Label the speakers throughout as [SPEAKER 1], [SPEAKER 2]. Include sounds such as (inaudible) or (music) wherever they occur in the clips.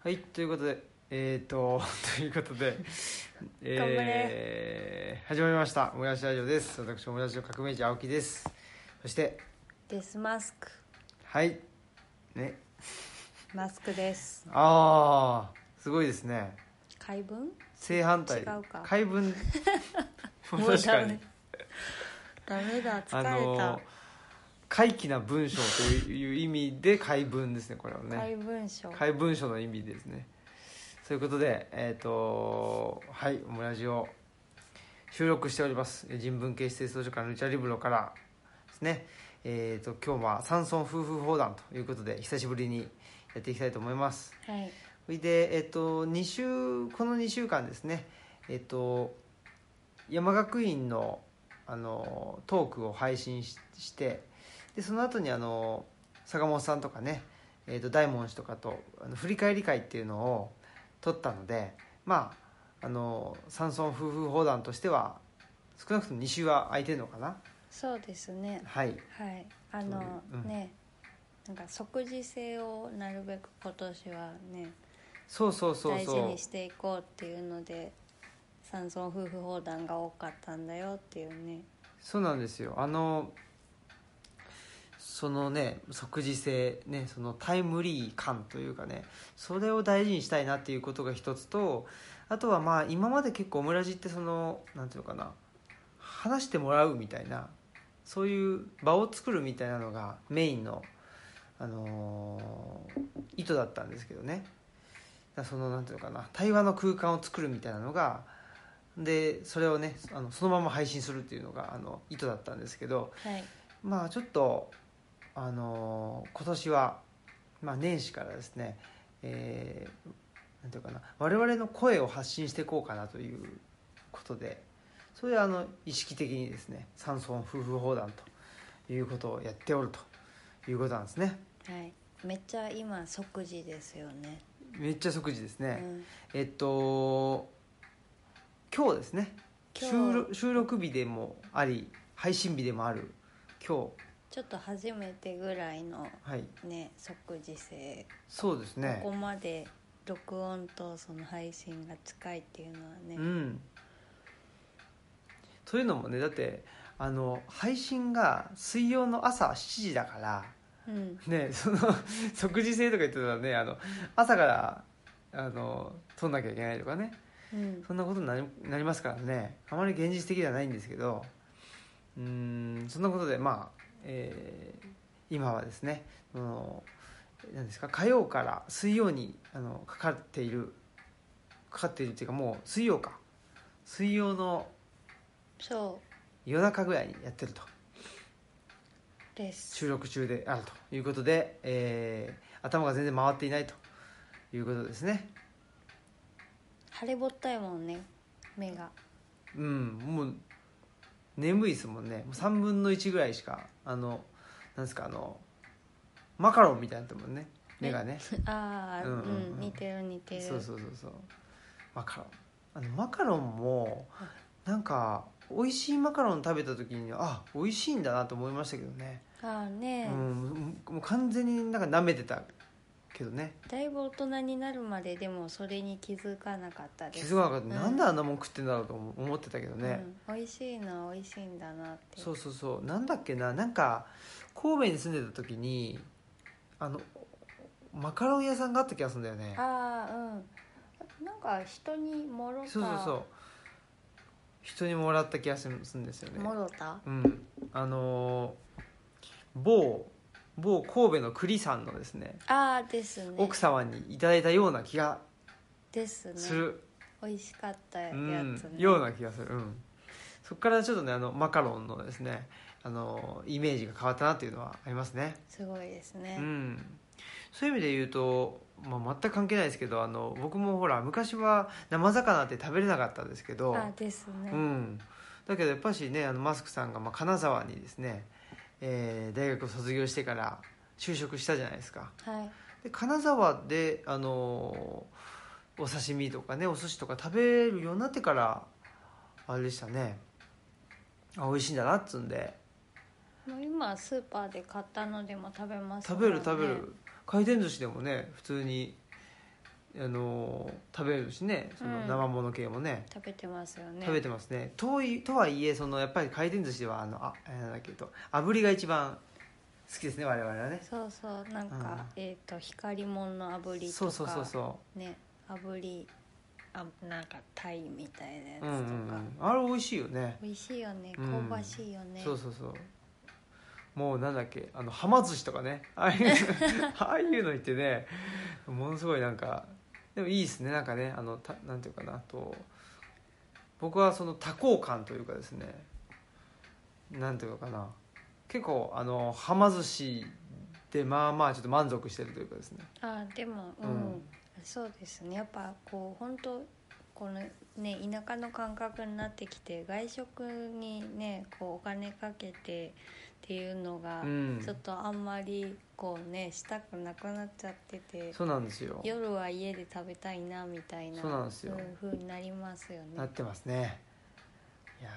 [SPEAKER 1] はいということでえっ、ー、と (laughs) ということで、えー、始まりましたもやしラジオです私もやしの革命児青木ですそして
[SPEAKER 2] デスマスク
[SPEAKER 1] はいね
[SPEAKER 2] マスクです
[SPEAKER 1] ああすごいですね
[SPEAKER 2] 解文
[SPEAKER 1] 正反対
[SPEAKER 2] 違うか
[SPEAKER 1] 解
[SPEAKER 2] (laughs)
[SPEAKER 1] 文
[SPEAKER 2] もう
[SPEAKER 1] 確か
[SPEAKER 2] ダ
[SPEAKER 1] に
[SPEAKER 2] メダメだ疲
[SPEAKER 1] あ
[SPEAKER 2] れた、
[SPEAKER 1] の怪奇な文章という意味で解文ですねこれはね
[SPEAKER 2] 解文書
[SPEAKER 1] 怪文書の意味ですねそういうことでえっ、とはいオムラジオ収録しておりますえー人文系指定図書館ルチャリブロからですねえっ、と今日は山村夫婦砲弾ということで久しぶりにやっていきたいと思います
[SPEAKER 2] はい
[SPEAKER 1] それでえっ、と2週この2週間ですねえっ、と山学院のあのトークを配信ししてでその後にあの坂本さんとかね、えー、と大門氏とかとあの振り返り会っていうのを取ったのでまああの山村夫婦砲弾としては少なくとも2週は空いてるのかな
[SPEAKER 2] そうですね
[SPEAKER 1] はい
[SPEAKER 2] はいあの、
[SPEAKER 1] うん
[SPEAKER 2] ねなんか即時性をなるべく今年はね
[SPEAKER 1] そうそうそう
[SPEAKER 2] 大
[SPEAKER 1] そ
[SPEAKER 2] 事
[SPEAKER 1] う
[SPEAKER 2] にしていこうっていうので山村夫婦砲弾が多かったんだよっていうね
[SPEAKER 1] そうなんですよあのそのね即時性ねそのタイムリー感というかねそれを大事にしたいなっていうことが一つとあとはまあ今まで結構オムラジってそのなんていうのかな話してもらうみたいなそういう場を作るみたいなのがメインの、あのー意図だったんですけどねだからそのなんていうのかな対話の空間を作るみたいなのがでそれをねあのそのまま配信するっていうのがあの意図だったんですけど
[SPEAKER 2] はい
[SPEAKER 1] まあちょっとあのー今年は、まあ、年始からですね、えーなんていうかな我々の声を発信していこうかなということでそれであの意識的にですね山村夫婦砲弾ということをやっておるということなんですね
[SPEAKER 2] はいめっちゃ今即時ですよね
[SPEAKER 1] めっちゃ即時です
[SPEAKER 2] う
[SPEAKER 1] ね、
[SPEAKER 2] ん、
[SPEAKER 1] えっと今日ですね
[SPEAKER 2] 今日
[SPEAKER 1] 収録収録日でもあり配信日でもある今
[SPEAKER 2] ちょっと初めてぐらいの
[SPEAKER 1] 日はい
[SPEAKER 2] ね即時性
[SPEAKER 1] そうですね
[SPEAKER 2] ここまで録音とその配信が近いっていうのはね、
[SPEAKER 1] うん、というのもねだってあの配信が水曜の朝7時だから
[SPEAKER 2] うん、
[SPEAKER 1] ね (laughs) その即時性とか言ってたらねあの朝からあの撮んなきゃいけないとかね
[SPEAKER 2] うん、
[SPEAKER 1] そんなことになりなりますからねあまり現実的ではないんですけどうーんそんなことでまあ、えー今はですねその何ですか火曜から水曜にあのかかっているかかっているっていうかもう水曜か水曜の
[SPEAKER 2] そ
[SPEAKER 1] 夜中ぐらいにやってると
[SPEAKER 2] うです
[SPEAKER 1] 収録中であるということで、えー頭が全然回っていないということですね
[SPEAKER 2] 腫れぼったいもんね目が (laughs)
[SPEAKER 1] うんもう眠いですもんねもう3分の1ぐらいしかあのなんですかあのマカロンみたいになってるもんね目がね
[SPEAKER 2] ああ
[SPEAKER 1] うん
[SPEAKER 2] う
[SPEAKER 1] うんうん
[SPEAKER 2] ん、似てる似てる
[SPEAKER 1] そうそうそうそうマカロンあのマカロンもなんか美味しいマカロン食べた時にあ美味しいんだなと思いましたけどね、
[SPEAKER 2] ああ
[SPEAKER 1] う
[SPEAKER 2] ね、
[SPEAKER 1] ん、もう完全になんか舐めてたけどね
[SPEAKER 2] だいぶ大人になるまででもそれに気づかなかった
[SPEAKER 1] 気
[SPEAKER 2] です
[SPEAKER 1] づかなかった、
[SPEAKER 2] うん
[SPEAKER 1] なんであんなもん食ってんだろうと思思ってたけどね、
[SPEAKER 2] うん、美味しいのは美味しいんだなって
[SPEAKER 1] そうそうそうなんだっけななんか神戸に住んでた時にあのマカロン屋さんがあった気がするんだよね
[SPEAKER 2] ああうんなんか人にもろた
[SPEAKER 1] そうそうそう人にもらった気がするんですよね
[SPEAKER 2] もろた
[SPEAKER 1] うんあのー某某神戸の栗さんのですね
[SPEAKER 2] ああですね
[SPEAKER 1] 奥様にいただいたような気が
[SPEAKER 2] です
[SPEAKER 1] す
[SPEAKER 2] ね
[SPEAKER 1] る、
[SPEAKER 2] 美味しかったやつ
[SPEAKER 1] う
[SPEAKER 2] ね、
[SPEAKER 1] ん、ような気がする、うん、そこからちょっとねあのマカロンのですねあのーイメージが変わったなっていうのはありますね
[SPEAKER 2] すごいですね、
[SPEAKER 1] うん、そういう意味で言うと、まあ、全く関係ないですけどあの僕もほら昔は生魚って食べれなかったんですけど、
[SPEAKER 2] あですね、
[SPEAKER 1] うん、だけどやっぱしねあのマスクさんが、まあ、金沢にですね、えー大学を卒業してから就職したじゃないですか
[SPEAKER 2] はい
[SPEAKER 1] で金沢で、あのーお刺身とかねお寿司とか食べるようになってからあれでしたねあ美味しいんだなっつうんで
[SPEAKER 2] もう今スーパーで買ったのでも食べますか
[SPEAKER 1] 食
[SPEAKER 2] ら
[SPEAKER 1] べ
[SPEAKER 2] ね
[SPEAKER 1] る食べる回転寿司でもね普通にあの食べれるしねそうの
[SPEAKER 2] ん
[SPEAKER 1] 生もの系もね、
[SPEAKER 2] 食べてますよね
[SPEAKER 1] 食べてますねといとはいえそのやっぱり回転寿司ではあのあえーなんだっけと炙りが一番好きですね我々はね
[SPEAKER 2] そうそうなんか、えっ、と光もんの炙りとか
[SPEAKER 1] そうそうそうそ
[SPEAKER 2] ね炙りあなんかタイみたいなやつ
[SPEAKER 1] うう
[SPEAKER 2] と
[SPEAKER 1] ん
[SPEAKER 2] か、
[SPEAKER 1] うんうんあれ美味しいよね
[SPEAKER 2] 美味しいよね香
[SPEAKER 1] うん
[SPEAKER 2] ばしいよね、
[SPEAKER 1] そうそうそうもうなんだっけあのはま寿司とかねああいう
[SPEAKER 2] (laughs)
[SPEAKER 1] ああいうの行ってねものすごいなんかでもいいですねなんかねあのたなんていうかなと僕はその多幸感というかですねなんていうのかな結構あのはま寿司でまあまあちょっと満足してるというかですね
[SPEAKER 2] あでもうん、
[SPEAKER 1] うん
[SPEAKER 2] そうですねやっぱこう本当このね田舎の感覚になってきて外食にねこうお金かけてっていうのが、
[SPEAKER 1] うん
[SPEAKER 2] ちょっとあんまりこうねしたくなくなっちゃってて
[SPEAKER 1] そうなんですよ
[SPEAKER 2] 夜は家で食べたいなみたいな
[SPEAKER 1] そうなんですよ
[SPEAKER 2] ん風になりますよね
[SPEAKER 1] なってますねいや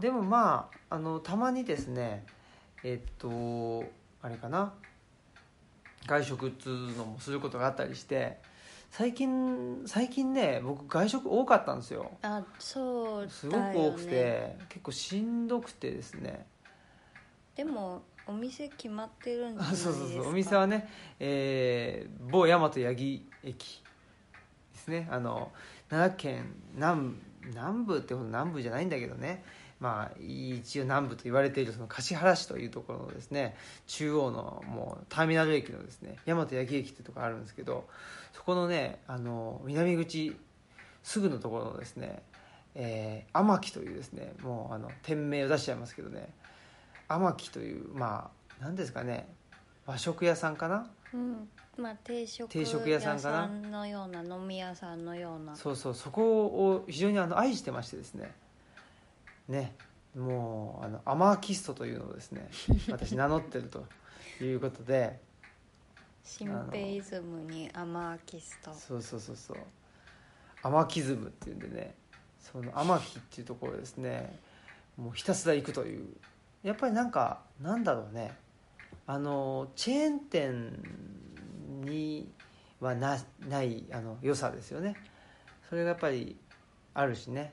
[SPEAKER 1] ーでもまああのたまにですねえっとあれかな外食っつうのもすることがあったりして最近最近ね僕外食多かったんですよ
[SPEAKER 2] あそう
[SPEAKER 1] すご
[SPEAKER 2] だ
[SPEAKER 1] く
[SPEAKER 2] よ
[SPEAKER 1] 多くて、
[SPEAKER 2] ね
[SPEAKER 1] 結構しんどくてですね
[SPEAKER 2] でもお店決まってるんじゃ
[SPEAKER 1] あ
[SPEAKER 2] ないです
[SPEAKER 1] そ
[SPEAKER 2] か
[SPEAKER 1] うそうそうお店はね、えー某大和八木駅ですねあの奈良県南南部ってほど南部じゃないんだけどねまあ一応南部と言われているその橿原市というところのですね中央のもうターミナル駅のですね大和八木駅っていうところあるんですけどそこのねあの南口すぐのところのですねえー天城というですねもうあの店名を出しちゃいますけどね天城というまあ何ですかね和食屋さんかな
[SPEAKER 2] うんまあ、定食
[SPEAKER 1] 定食屋さんかな
[SPEAKER 2] 屋さんのような飲み屋さんのような
[SPEAKER 1] そうそうそこを非常にあの愛してましてですねねもうあのアマーキストというのをですね私名乗ってるということで
[SPEAKER 2] 新平イズムにアマーキスト
[SPEAKER 1] そうそうそうそうアマキズムっていうんでねそのアマキっていうところをですねもうひたすら行くというやっぱりなんかなんだろうねあのチェーン店にはなないあの良さですよねそれがやっぱりあるしね、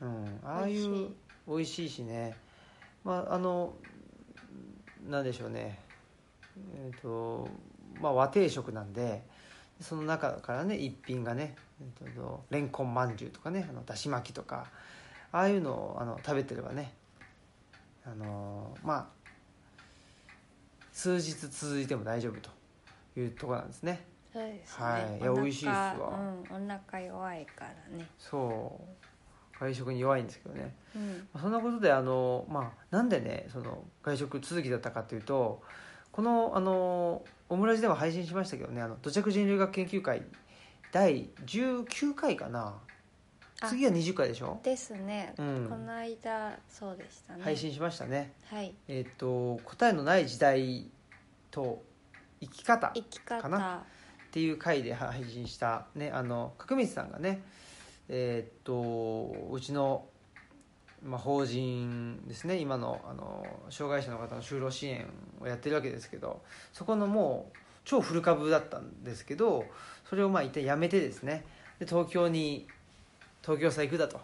[SPEAKER 1] うん、ああい
[SPEAKER 2] 美味し
[SPEAKER 1] う
[SPEAKER 2] い
[SPEAKER 1] 美味しいしねまああのなんでしょうねえっ、とまあ和定食なんでその中からね一品がね、えっとレンコンまんじゅうとかねあのだし巻きとかああいうのをあの食べてればねあのまあ数日続いても大丈夫というところなんですね
[SPEAKER 2] そうですね、
[SPEAKER 1] はいいや
[SPEAKER 2] お腹
[SPEAKER 1] 美味しいっすわ
[SPEAKER 2] うん、お腹弱いからね
[SPEAKER 1] そう外食に弱いんですけどね
[SPEAKER 2] うん
[SPEAKER 1] そんなことであの、まあ、なんでねその外食続きだったかというとこのあのオムラジでも配信しましたけどねあの土着人類学研究会第19回かな
[SPEAKER 2] あ
[SPEAKER 1] 次は20回でしょ、
[SPEAKER 2] ですね、
[SPEAKER 1] う
[SPEAKER 2] こ
[SPEAKER 1] ん、
[SPEAKER 2] の間そうでしたね
[SPEAKER 1] 配信しましたね
[SPEAKER 2] はい
[SPEAKER 1] えっ、と答えのない時代と生き方
[SPEAKER 2] 生き方
[SPEAKER 1] かなっていう回で配信した、ね、あの角光さんがねえーっとうちの、まあ、法人ですね今のあの障害者の方の就労支援をやってるわけですけどそこのもう超古株だったんですけどそれをまあ一旦やめてですねで東京に東京さ行くだと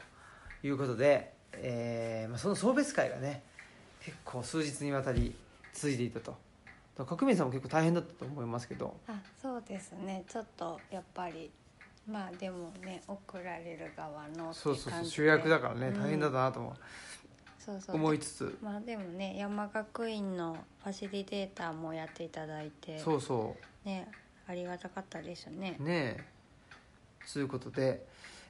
[SPEAKER 1] いうことで、えーまあ、その送別会がね結構数日にわたり続いていたと。だから角光さんも結構大変だったと思いますけど
[SPEAKER 2] あそうですねちょっとやっぱりまあでもね送られる側のって
[SPEAKER 1] そうそうそ
[SPEAKER 2] 感
[SPEAKER 1] う
[SPEAKER 2] じで
[SPEAKER 1] 主役だからね、
[SPEAKER 2] うん
[SPEAKER 1] 大変だなとも
[SPEAKER 2] そうそう
[SPEAKER 1] 思いつつ
[SPEAKER 2] まあでもね山学院のファシリテーターもやっていただいて
[SPEAKER 1] そうそ
[SPEAKER 2] ねありがたかったですね
[SPEAKER 1] うねえということで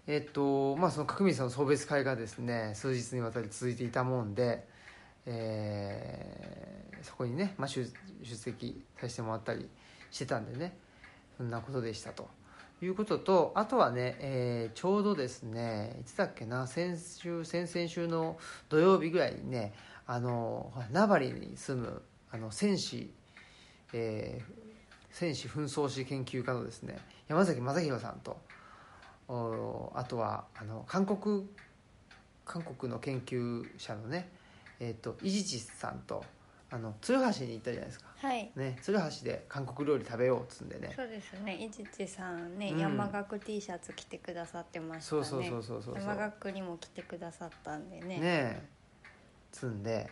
[SPEAKER 1] えっとまあその角光さんの送別会がですね数日にわたり続いていたもんで、えーそこにね、まあ、出出席させてもらったりしてたんでねそんなことでしたということとあとはね、えーちょうどですねいつだっけな先週先々週の土曜日ぐらいにねあのほら名張に住むあの戦士、えー戦士紛争史研究家のですね山崎正弘さんとおあとはあの韓国韓国の研究者のねえっ、と伊地知さんとあの鶴橋に行ったじゃないですか、
[SPEAKER 2] はい
[SPEAKER 1] ね、鶴橋で韓国料理食べようっつんでね
[SPEAKER 2] そうですねいちちさんね、
[SPEAKER 1] うん
[SPEAKER 2] 山岳 T シャツ着てくださってました
[SPEAKER 1] そ
[SPEAKER 2] ね
[SPEAKER 1] うそうそうそうそうそう
[SPEAKER 2] 山岳にも着てくださったんでね
[SPEAKER 1] ねえ積んで、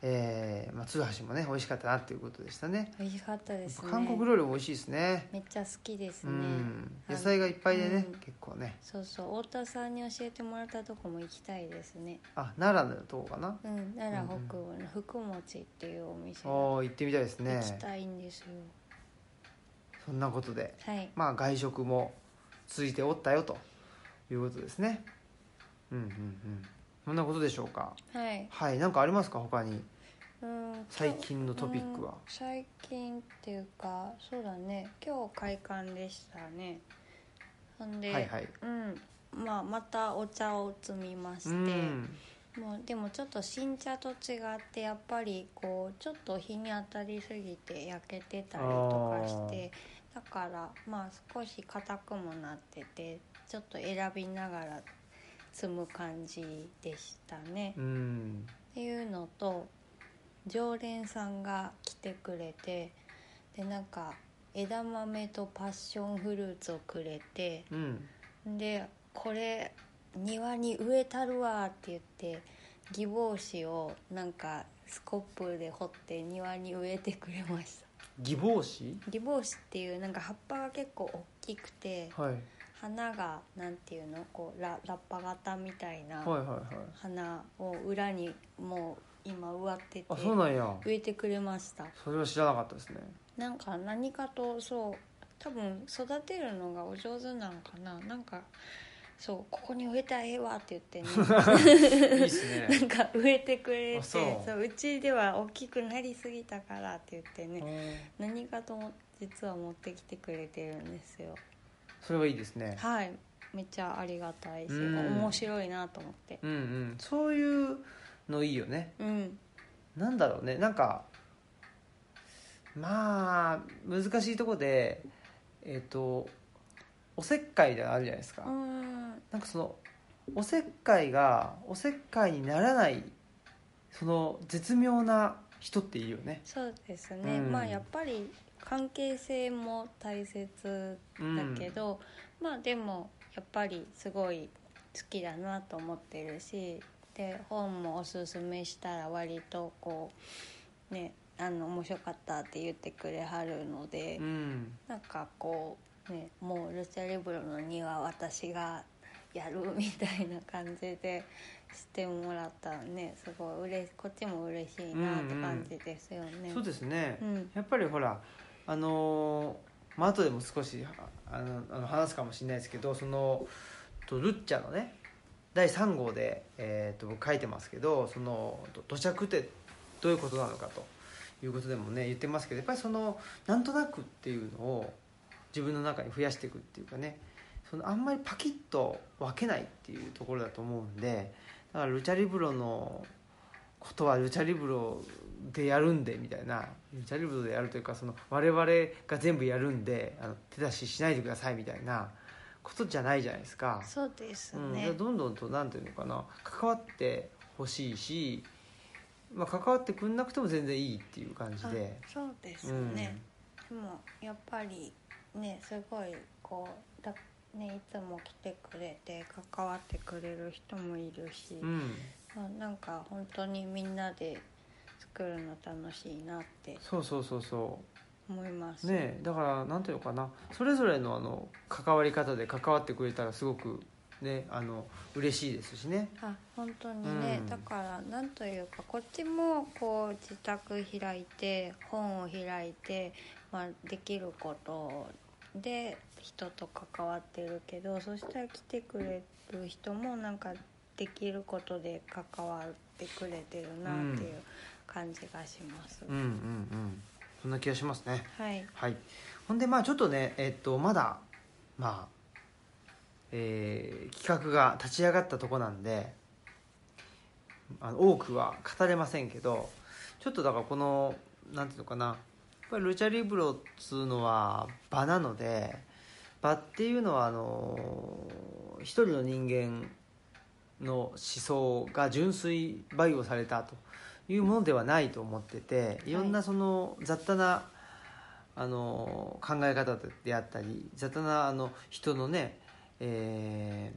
[SPEAKER 1] えーまあ、鶴橋もね美味しかったなっていうことでしたね
[SPEAKER 2] 美味しかったで
[SPEAKER 1] やっ
[SPEAKER 2] す
[SPEAKER 1] ぱ
[SPEAKER 2] ね
[SPEAKER 1] 韓国料理美味しいですね
[SPEAKER 2] めっちゃ好きです
[SPEAKER 1] う
[SPEAKER 2] ね、
[SPEAKER 1] ん
[SPEAKER 2] あの
[SPEAKER 1] 野菜がいっぱいでね、
[SPEAKER 2] うん
[SPEAKER 1] 結構ね
[SPEAKER 2] そうそう太田さんに教えてもらったとこも行きたいですね
[SPEAKER 1] あ奈良のとこかな
[SPEAKER 2] うん奈良北部の福餅っていうお店が
[SPEAKER 1] おー行ってみたいです
[SPEAKER 2] 行
[SPEAKER 1] ね
[SPEAKER 2] きたいんですよ、
[SPEAKER 1] そんなことで
[SPEAKER 2] はい
[SPEAKER 1] まあ外食も続いておったよということですねうんうんうんそんなことでしょうか
[SPEAKER 2] はい
[SPEAKER 1] はい何かありますか他に
[SPEAKER 2] うん
[SPEAKER 1] 最近のトピックは
[SPEAKER 2] うん最近っていうかそうだね今日開館でしたねほんで、
[SPEAKER 1] はいはい
[SPEAKER 2] うんまあ、またお茶を摘みまして、
[SPEAKER 1] うん
[SPEAKER 2] もうでもちょっと新茶と違ってやっぱりこうちょっと日に当たりすぎて焼けてたりとかしてだからまあ少し硬くもなっててちょっと選びながら摘む感じでしたね。
[SPEAKER 1] う
[SPEAKER 2] っ
[SPEAKER 1] ん
[SPEAKER 2] ていうのと常連さんが来てくれてでなんか枝豆とパッションフルーツをくれて。
[SPEAKER 1] うん
[SPEAKER 2] でこれ庭に植えたるわって言ってギボウシをなんかスコップで掘って庭に植えてくれました
[SPEAKER 1] 義母子
[SPEAKER 2] ギボウシっていうなんか葉っぱが結構大きくて
[SPEAKER 1] はい
[SPEAKER 2] 花がなんていうのこうララッパ型みたいな
[SPEAKER 1] はいはいはい
[SPEAKER 2] 花を裏にもう今植わってて
[SPEAKER 1] あそうなんや
[SPEAKER 2] 植えてくれました
[SPEAKER 1] それは知らなかったですね
[SPEAKER 2] (laughs) なんか何かとそう多分育てるのがお上手なんかななんかそうここに植えたらええわって言って
[SPEAKER 1] い
[SPEAKER 2] ね
[SPEAKER 1] いですね
[SPEAKER 2] なんか植えてくれて
[SPEAKER 1] あ
[SPEAKER 2] そ
[SPEAKER 1] そうう
[SPEAKER 2] うちでは大きくなりすぎたからって言ってね何かとも実は持ってきてくれてるんですよ
[SPEAKER 1] それはいいですね
[SPEAKER 2] はいめっちゃありがたいし
[SPEAKER 1] うん
[SPEAKER 2] 面白いなと思って
[SPEAKER 1] うんうんそういうのいいよね
[SPEAKER 2] うん
[SPEAKER 1] なんだろうねなんかまあ難しいとこでえっ、とおせっかいであるじゃないですか、
[SPEAKER 2] うん
[SPEAKER 1] なんかそのおせっかいがおせっかいにならないその絶妙な人っていいよね、
[SPEAKER 2] そうですね、
[SPEAKER 1] うん
[SPEAKER 2] まあやっぱり関係性も大切
[SPEAKER 1] うん、
[SPEAKER 2] だけど、まあでもやっぱりすごい好きだなと思ってるしで本もおすすめしたら割とこうねあの面白かったって言ってくれはるので、
[SPEAKER 1] うん
[SPEAKER 2] なんかこうねもうルチャリブロの庭私がやるみたいな感じで (laughs) してもらったらねすごい嬉しこっちも嬉しいなって感じですよね。
[SPEAKER 1] そうですね、
[SPEAKER 2] うん
[SPEAKER 1] やっぱりほらあのーまあ後でも少しああのあの話すかもしれないですけどそのとルッチャのね第3号で、えー、と僕書いてますけどそのと土着ってどういうことなのかということでもね言ってますけどやっぱりそのなんとなくっていうのを自分の中に増やしていくっていうかねそのあんまりパキッと分けないっていうところだと思うんでだからルチャリブロのことはルチャリブロでやるんでみたいなルチャリブロでやるというかその我々が全部やるんであの手出ししないでくださいみたいなことじゃないじゃないですか。
[SPEAKER 2] そうです
[SPEAKER 1] うん、だ
[SPEAKER 2] ね
[SPEAKER 1] から、どんどんとなんていうのかな関わってほしいし、まあ、関わってくんなくても全然いいっていう感じ
[SPEAKER 2] あ
[SPEAKER 1] で。
[SPEAKER 2] そうですね、
[SPEAKER 1] うん
[SPEAKER 2] でもやっぱりねすごいこうだ、ね、いつも来てくれて関わってくれる人もいるし、
[SPEAKER 1] うん、
[SPEAKER 2] まあ、なんか本当にみんなで作るの楽しいなって
[SPEAKER 1] そうそうそうそう
[SPEAKER 2] 思います、
[SPEAKER 1] ねえだからなんていうのかなそれぞれのあの関わり方で関わってくれたらすごくねあの嬉しいですしね
[SPEAKER 2] あ本当にね、
[SPEAKER 1] うん
[SPEAKER 2] だからなんというかこっちもこう自宅開いて本を開いて、まあ、できることで人と関わってるけどそしたら来てくれる人もなんかできることで関わってくれてるなっていう感じがします。
[SPEAKER 1] うんうんうんそんな気がしますね
[SPEAKER 2] はい、
[SPEAKER 1] はいほんでまあちょっとねえっとまだまあえー企画が立ち上がったとこなんであの多くは語れませんけどちょっとだからこのなんていうのかなやっぱりルチャリブロっつうのは場なので場っていうのはあの一人の人間の思想が純粋培養されたというものではないと思ってていろんなその雑多なあの考え方であったり雑多なあの人のね、え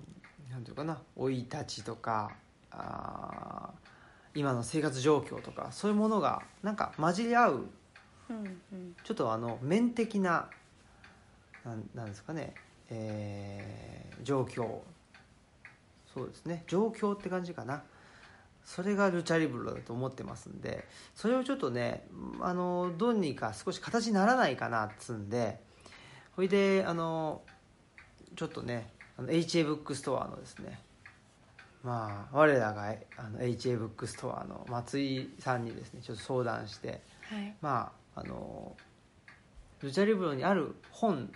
[SPEAKER 1] ーなんていうかな生い立ちとかあー今の生活状況とかそういうものがなんか混じり合う
[SPEAKER 2] うんうん
[SPEAKER 1] ちょっとあの面的ななんなんですかね、えー状況そうですね状況って感じかなそれがルチャリブロだと思ってますんでそれをちょっとねあのどうにか少し形にならないかなっつうんでほいであのちょっとねあの HA ブックストアのですねまあ我らがあの HA ブックストアの松井さんにですねちょっと相談して
[SPEAKER 2] はい
[SPEAKER 1] まああのルチャリブロにある本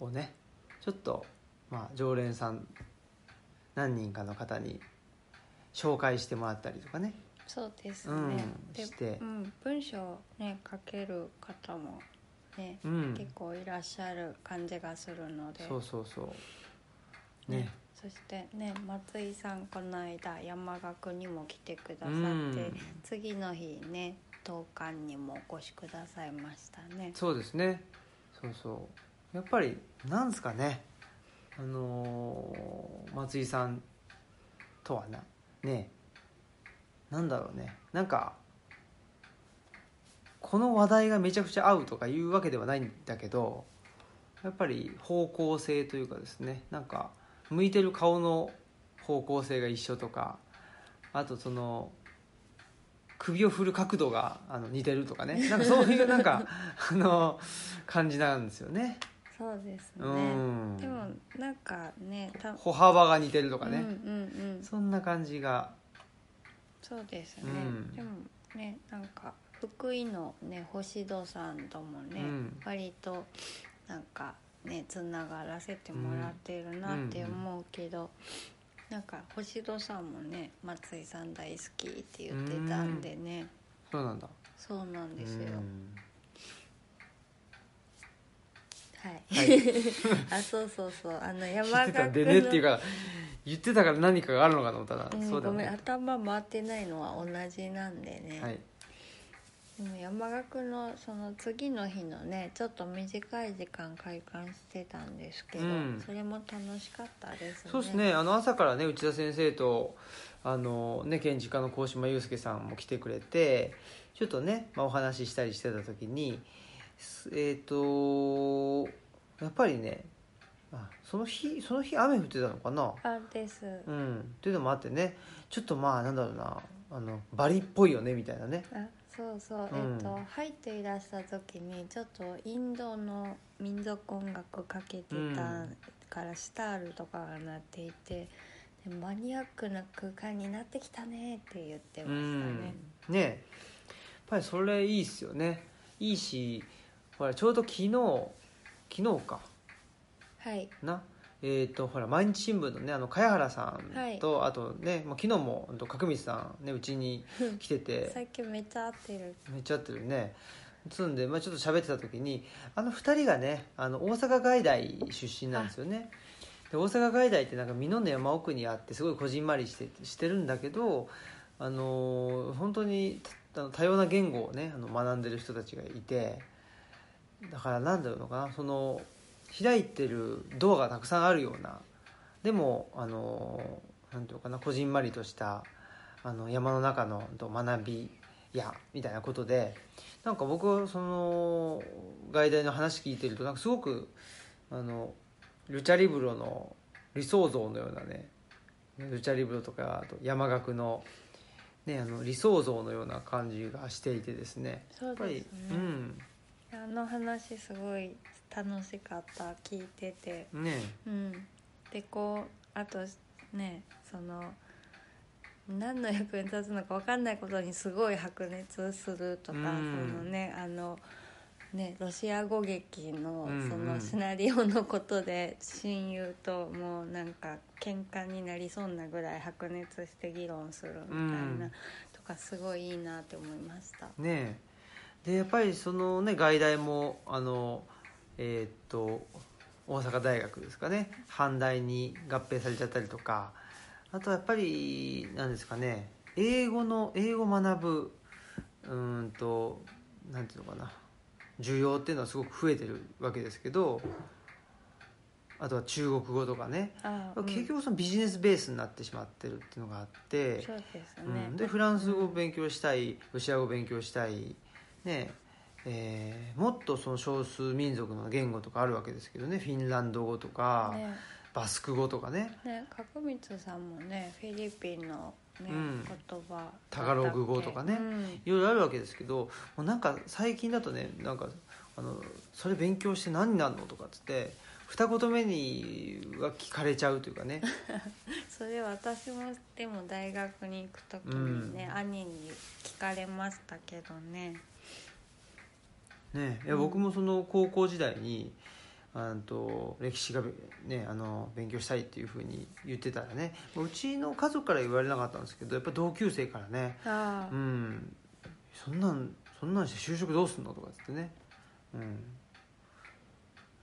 [SPEAKER 1] をねちょっと、まあ、常連さん何人かの方に紹介してもらったりとかね
[SPEAKER 2] そうですね、
[SPEAKER 1] うん
[SPEAKER 2] で
[SPEAKER 1] して
[SPEAKER 2] うん、文章ね書ける方もね、
[SPEAKER 1] うん
[SPEAKER 2] 結構いらっしゃる感じがするので
[SPEAKER 1] そうそうそうね
[SPEAKER 2] そしてね松井さんこの間山岳にも来てくださって、
[SPEAKER 1] うん
[SPEAKER 2] 次の日ね東館にもお越しくださいましたね
[SPEAKER 1] そうですねそうそうやっぱりなんですかねあのー松井さんとはなねなんだろうねなんかこの話題がめちゃくちゃ合うとかいうわけではないんだけどやっぱり方向性というかですねなんか向いてる顔の方向性が一緒とかあとその首を振る角度があの似てるとかねなんかそういうなんかあの感じなんですよね。
[SPEAKER 2] そうですね、
[SPEAKER 1] うん
[SPEAKER 2] でもなんかねた
[SPEAKER 1] 歩幅が似てるとか
[SPEAKER 2] うん
[SPEAKER 1] ね、
[SPEAKER 2] うんうん
[SPEAKER 1] そんな感じが
[SPEAKER 2] そうですね、
[SPEAKER 1] うん
[SPEAKER 2] でもねなんか福井のね星戸さんともね、
[SPEAKER 1] うん
[SPEAKER 2] 割となんかねつながらせてもらってるなって思うけど、なんか星戸さんもね松井さん大好きって言ってたんでね、
[SPEAKER 1] そうなんだ
[SPEAKER 2] そうなんですよ、
[SPEAKER 1] うん
[SPEAKER 2] はい、
[SPEAKER 1] はい
[SPEAKER 2] (laughs) あそうそうそう
[SPEAKER 1] (laughs)
[SPEAKER 2] あの
[SPEAKER 1] 知っ
[SPEAKER 2] 山
[SPEAKER 1] て
[SPEAKER 2] 岳
[SPEAKER 1] た
[SPEAKER 2] の
[SPEAKER 1] んでねっていうから言ってたから何かがあるのかと思ったら、
[SPEAKER 2] うん
[SPEAKER 1] そうだよ
[SPEAKER 2] ご
[SPEAKER 1] ね
[SPEAKER 2] めん頭回ってないのは同じなんでね、
[SPEAKER 1] はい
[SPEAKER 2] でも山岳のその次の日のねちょっと短い時間開館してたんですけど、
[SPEAKER 1] うん
[SPEAKER 2] それも楽しかったですね
[SPEAKER 1] そうですねあの朝からね内田先生とあの、ね、建築家の鴻島祐介さんも来てくれてちょっとね、まあ、お話ししたりしてた時にすえっ、とやっぱりねあその日その日雨降ってたのかな
[SPEAKER 2] あです、
[SPEAKER 1] うんっていうのもあってねちょっとまあなんだろうなあのバリっぽいよねみたいなね
[SPEAKER 2] あそうそう、
[SPEAKER 1] うん
[SPEAKER 2] えっと入っていらした時にちょっとインドの民族音楽かけてたからシタールとかが鳴っていてでマニアックな空間になってきたねって言ってましたね、
[SPEAKER 1] うんねえやっぱりそれいいっすよねいいしほらちょうど昨日昨日か
[SPEAKER 2] はい
[SPEAKER 1] なえっ、とほら毎日新聞のねあの茅原さんと、あとね、まあ、昨日もうんと角光さんねうちに来てて
[SPEAKER 2] 最近めっちゃ合ってる
[SPEAKER 1] めっちゃ合ってるねつんで、まあ、ちょっと喋ってた時にあの2人がねあの大阪外大出身なんですよねで大阪外大ってなんか美濃の山奥にあってすごいこじんまりしてしてるんだけどあのー本当にあの多様な言語をねあの学んでる人たちがいてだからなんだろうのかなその開いてるドアがたくさんあるようなでもあのーなんていうのかなこじんまりとしたあの山の中のと学びやみたいなことでなんか僕はその外大の話聞いてるとなんかすごくあのルチャリブロの理想像のようなねルチャリブロとかあと山岳の,、ね、あの理想像のような感じがしていてですね
[SPEAKER 2] そ
[SPEAKER 1] や
[SPEAKER 2] う
[SPEAKER 1] っぱり
[SPEAKER 2] ですね、
[SPEAKER 1] うん
[SPEAKER 2] あの話すごい楽しかった聞いてて
[SPEAKER 1] ね
[SPEAKER 2] うんでこうあとねその何の役に立つのか分かんないことにすごい白熱するとか、
[SPEAKER 1] うん
[SPEAKER 2] そのねあのねロシア語劇の
[SPEAKER 1] うんうん
[SPEAKER 2] そのシナリオのことで親友ともうなんか喧嘩になりそうなぐらい白熱して議論するみたいな、
[SPEAKER 1] うん
[SPEAKER 2] とかすごいいいなって思いました。
[SPEAKER 1] ねえでやっぱりそのね外大もあのえーっと大阪大学ですかね阪大に合併されちゃったりとかあとやっぱりなんですかね英語の英語を学ぶうーんとなんていうのかな需要っていうのはすごく増えてるわけですけどあとは中国語とかね
[SPEAKER 2] あーうん
[SPEAKER 1] 結局そのビジネスベースになってしまってるっていうのがあって、
[SPEAKER 2] そうです
[SPEAKER 1] う
[SPEAKER 2] ね、
[SPEAKER 1] ん、でフランス語を勉強したいロシア語を勉強したい、ねえーもっとその少数民族の言語とかあるわけですけどねフィンランド語とか、
[SPEAKER 2] ね
[SPEAKER 1] バスク語とかね
[SPEAKER 2] ね角光さんもねフィリピンの、ね
[SPEAKER 1] うん
[SPEAKER 2] 言葉
[SPEAKER 1] タガログ語とかね
[SPEAKER 2] うん
[SPEAKER 1] いろいろあるわけですけどもうなんか最近だとねなんかあのそれ勉強して何になるのとかっつって二言目には聞かれちゃうというかね
[SPEAKER 2] それ私もでも大学に行く時にね、
[SPEAKER 1] うん
[SPEAKER 2] 兄に聞かれましたけどね
[SPEAKER 1] ねいや
[SPEAKER 2] うん
[SPEAKER 1] 僕もその高校時代にあのと歴史が、ね、あの勉強したいっていうふうに言ってたらねもううちの家族から言われなかったんですけどやっぱ同級生からね
[SPEAKER 2] あ
[SPEAKER 1] う、んそんなんそんなんして就職どうすんのとかっつってねうん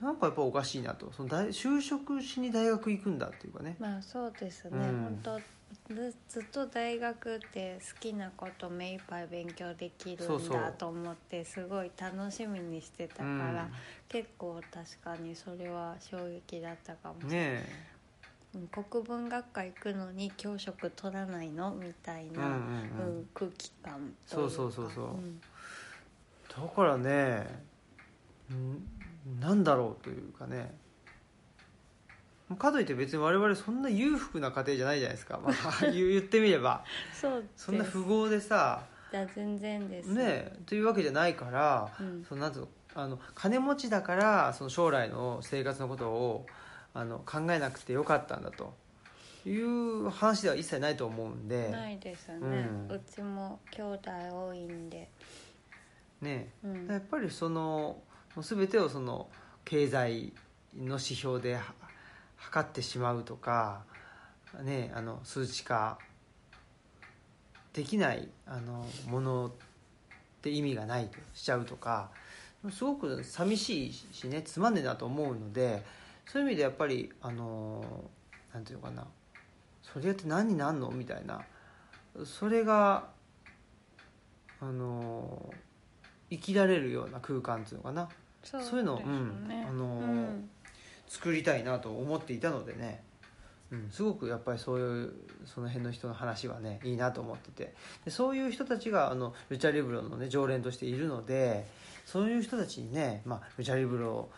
[SPEAKER 1] なんかやっぱおかしいなとその大就職しに大学行くんだっていうかね
[SPEAKER 2] まあそうですね、
[SPEAKER 1] うん
[SPEAKER 2] 本当ずずっと大学って好きなこと目いっぱい勉強できる
[SPEAKER 1] そうんそ
[SPEAKER 2] だ
[SPEAKER 1] う
[SPEAKER 2] と思ってすごい楽しみにしてたから、結構確かにそれは衝撃だったかも
[SPEAKER 1] うん、ねえ
[SPEAKER 2] うん国文学科行くのに教職取らないのみたい
[SPEAKER 1] うんうん
[SPEAKER 2] な、
[SPEAKER 1] う
[SPEAKER 2] うん
[SPEAKER 1] ん
[SPEAKER 2] 空気感とい
[SPEAKER 1] そう
[SPEAKER 2] か
[SPEAKER 1] うそうそうそうんだからねんなんだろうというかねかといって別に我々そんな裕福な家庭じゃないじゃないですか、まあ、
[SPEAKER 2] (laughs)
[SPEAKER 1] 言言ってみれば
[SPEAKER 2] そうです
[SPEAKER 1] そんな富豪でさ
[SPEAKER 2] いや全然です
[SPEAKER 1] ねえというわけじゃないから
[SPEAKER 2] うん
[SPEAKER 1] そのなんつうのあの金持ちだからその将来の生活のことをあの考えなくてよかったんだという話では一切ないと思うんで、
[SPEAKER 2] ないですね、う
[SPEAKER 1] うん
[SPEAKER 2] ちも兄弟多いんで、
[SPEAKER 1] ね
[SPEAKER 2] う
[SPEAKER 1] え
[SPEAKER 2] ん、
[SPEAKER 1] やっぱりそのもう全てをその経済の指標では測ってしまうとか、ねえ、あの数値化できないあのものって意味がないとしちゃうとかすごく寂しいしねつまんねえなと思うのでそういう意味でやっぱりあのなんていうのかなそれって何になんのみたいなそれがあの生きられるような空間っていうのかな
[SPEAKER 2] そ
[SPEAKER 1] そういうのを
[SPEAKER 2] ですね
[SPEAKER 1] うんあのー
[SPEAKER 2] うん
[SPEAKER 1] 作りたいなと思っていたのでね、うん、すごくやっぱりそういうその辺の人の話はねいいなと思っててでそういう人たちがあのルチャリブロの、ね、常連としているのでそういう人たちにね、まあ、ルチャリブロ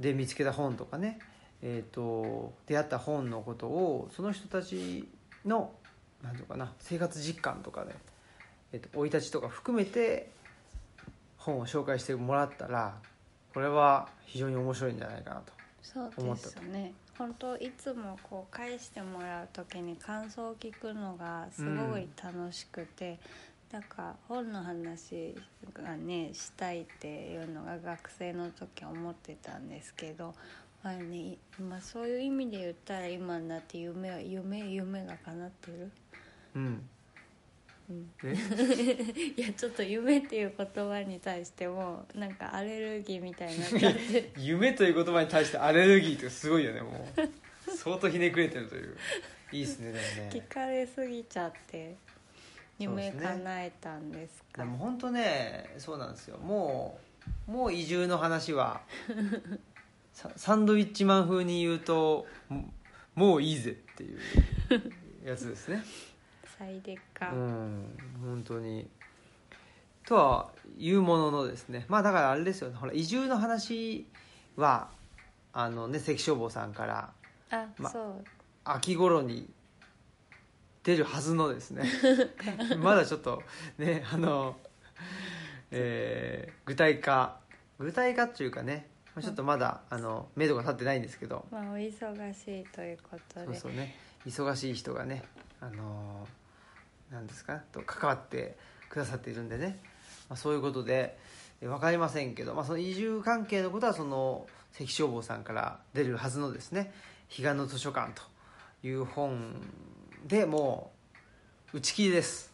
[SPEAKER 1] で見つけた本とかね、えー、と出会った本のことをその人たちのなんていうのかな生活実感とかねえーと生い立ちとか含めて本を紹介してもらったらこれは非常に面白いんじゃないかなと
[SPEAKER 2] そう
[SPEAKER 1] 思
[SPEAKER 2] で
[SPEAKER 1] った
[SPEAKER 2] す
[SPEAKER 1] と
[SPEAKER 2] ね本当いつもこう返してもらう時に感想を聞くのがすごい楽しくて、なんか本の話がねしたいっていうのが学生の時思ってたんですけど、まあね、今そういう意味で言ったら今になって夢は夢夢が叶ってる (laughs)
[SPEAKER 1] うん
[SPEAKER 2] うん
[SPEAKER 1] え (laughs)
[SPEAKER 2] いやちょっと夢っていう言葉に対してもなんかアレルギーみたいになっちゃって
[SPEAKER 1] 夢という言葉に対してアレルギーってすごいよねもう相当ひねくれてるといういいですねでも
[SPEAKER 2] 聞
[SPEAKER 1] ね
[SPEAKER 2] かれすぎちゃって
[SPEAKER 1] そうで
[SPEAKER 2] 夢
[SPEAKER 1] すね
[SPEAKER 2] 叶えたんです
[SPEAKER 1] で
[SPEAKER 2] か
[SPEAKER 1] も本当ねそうなんですよもうもう移住の話
[SPEAKER 2] (laughs)
[SPEAKER 1] はササンドウィッチマン風に言うとももういいぜっていうやつですね
[SPEAKER 2] 最適化、
[SPEAKER 1] うん本当にとは言うもののですねまあだからあれですよねほら移住の話はあのね関消防さんから
[SPEAKER 2] あ、
[SPEAKER 1] ま
[SPEAKER 2] そう
[SPEAKER 1] 秋頃に出るはずの (laughs) ですねまだちょっとねあの、えー具体化具体化っていうかねまあちょっとまだあの目処が立ってないんですけど
[SPEAKER 2] まあお忙しいということ
[SPEAKER 1] そう
[SPEAKER 2] で
[SPEAKER 1] そうね忙しい人がねあのーなんですかと関わってくださっているんでね、まあ、そういうことでえ分かりませんけど、まあ、その移住関係のことはその関消防さんから出るはずのですね「彼岸の図書館」と
[SPEAKER 2] (laughs)
[SPEAKER 1] いう本でもう打ち切りです。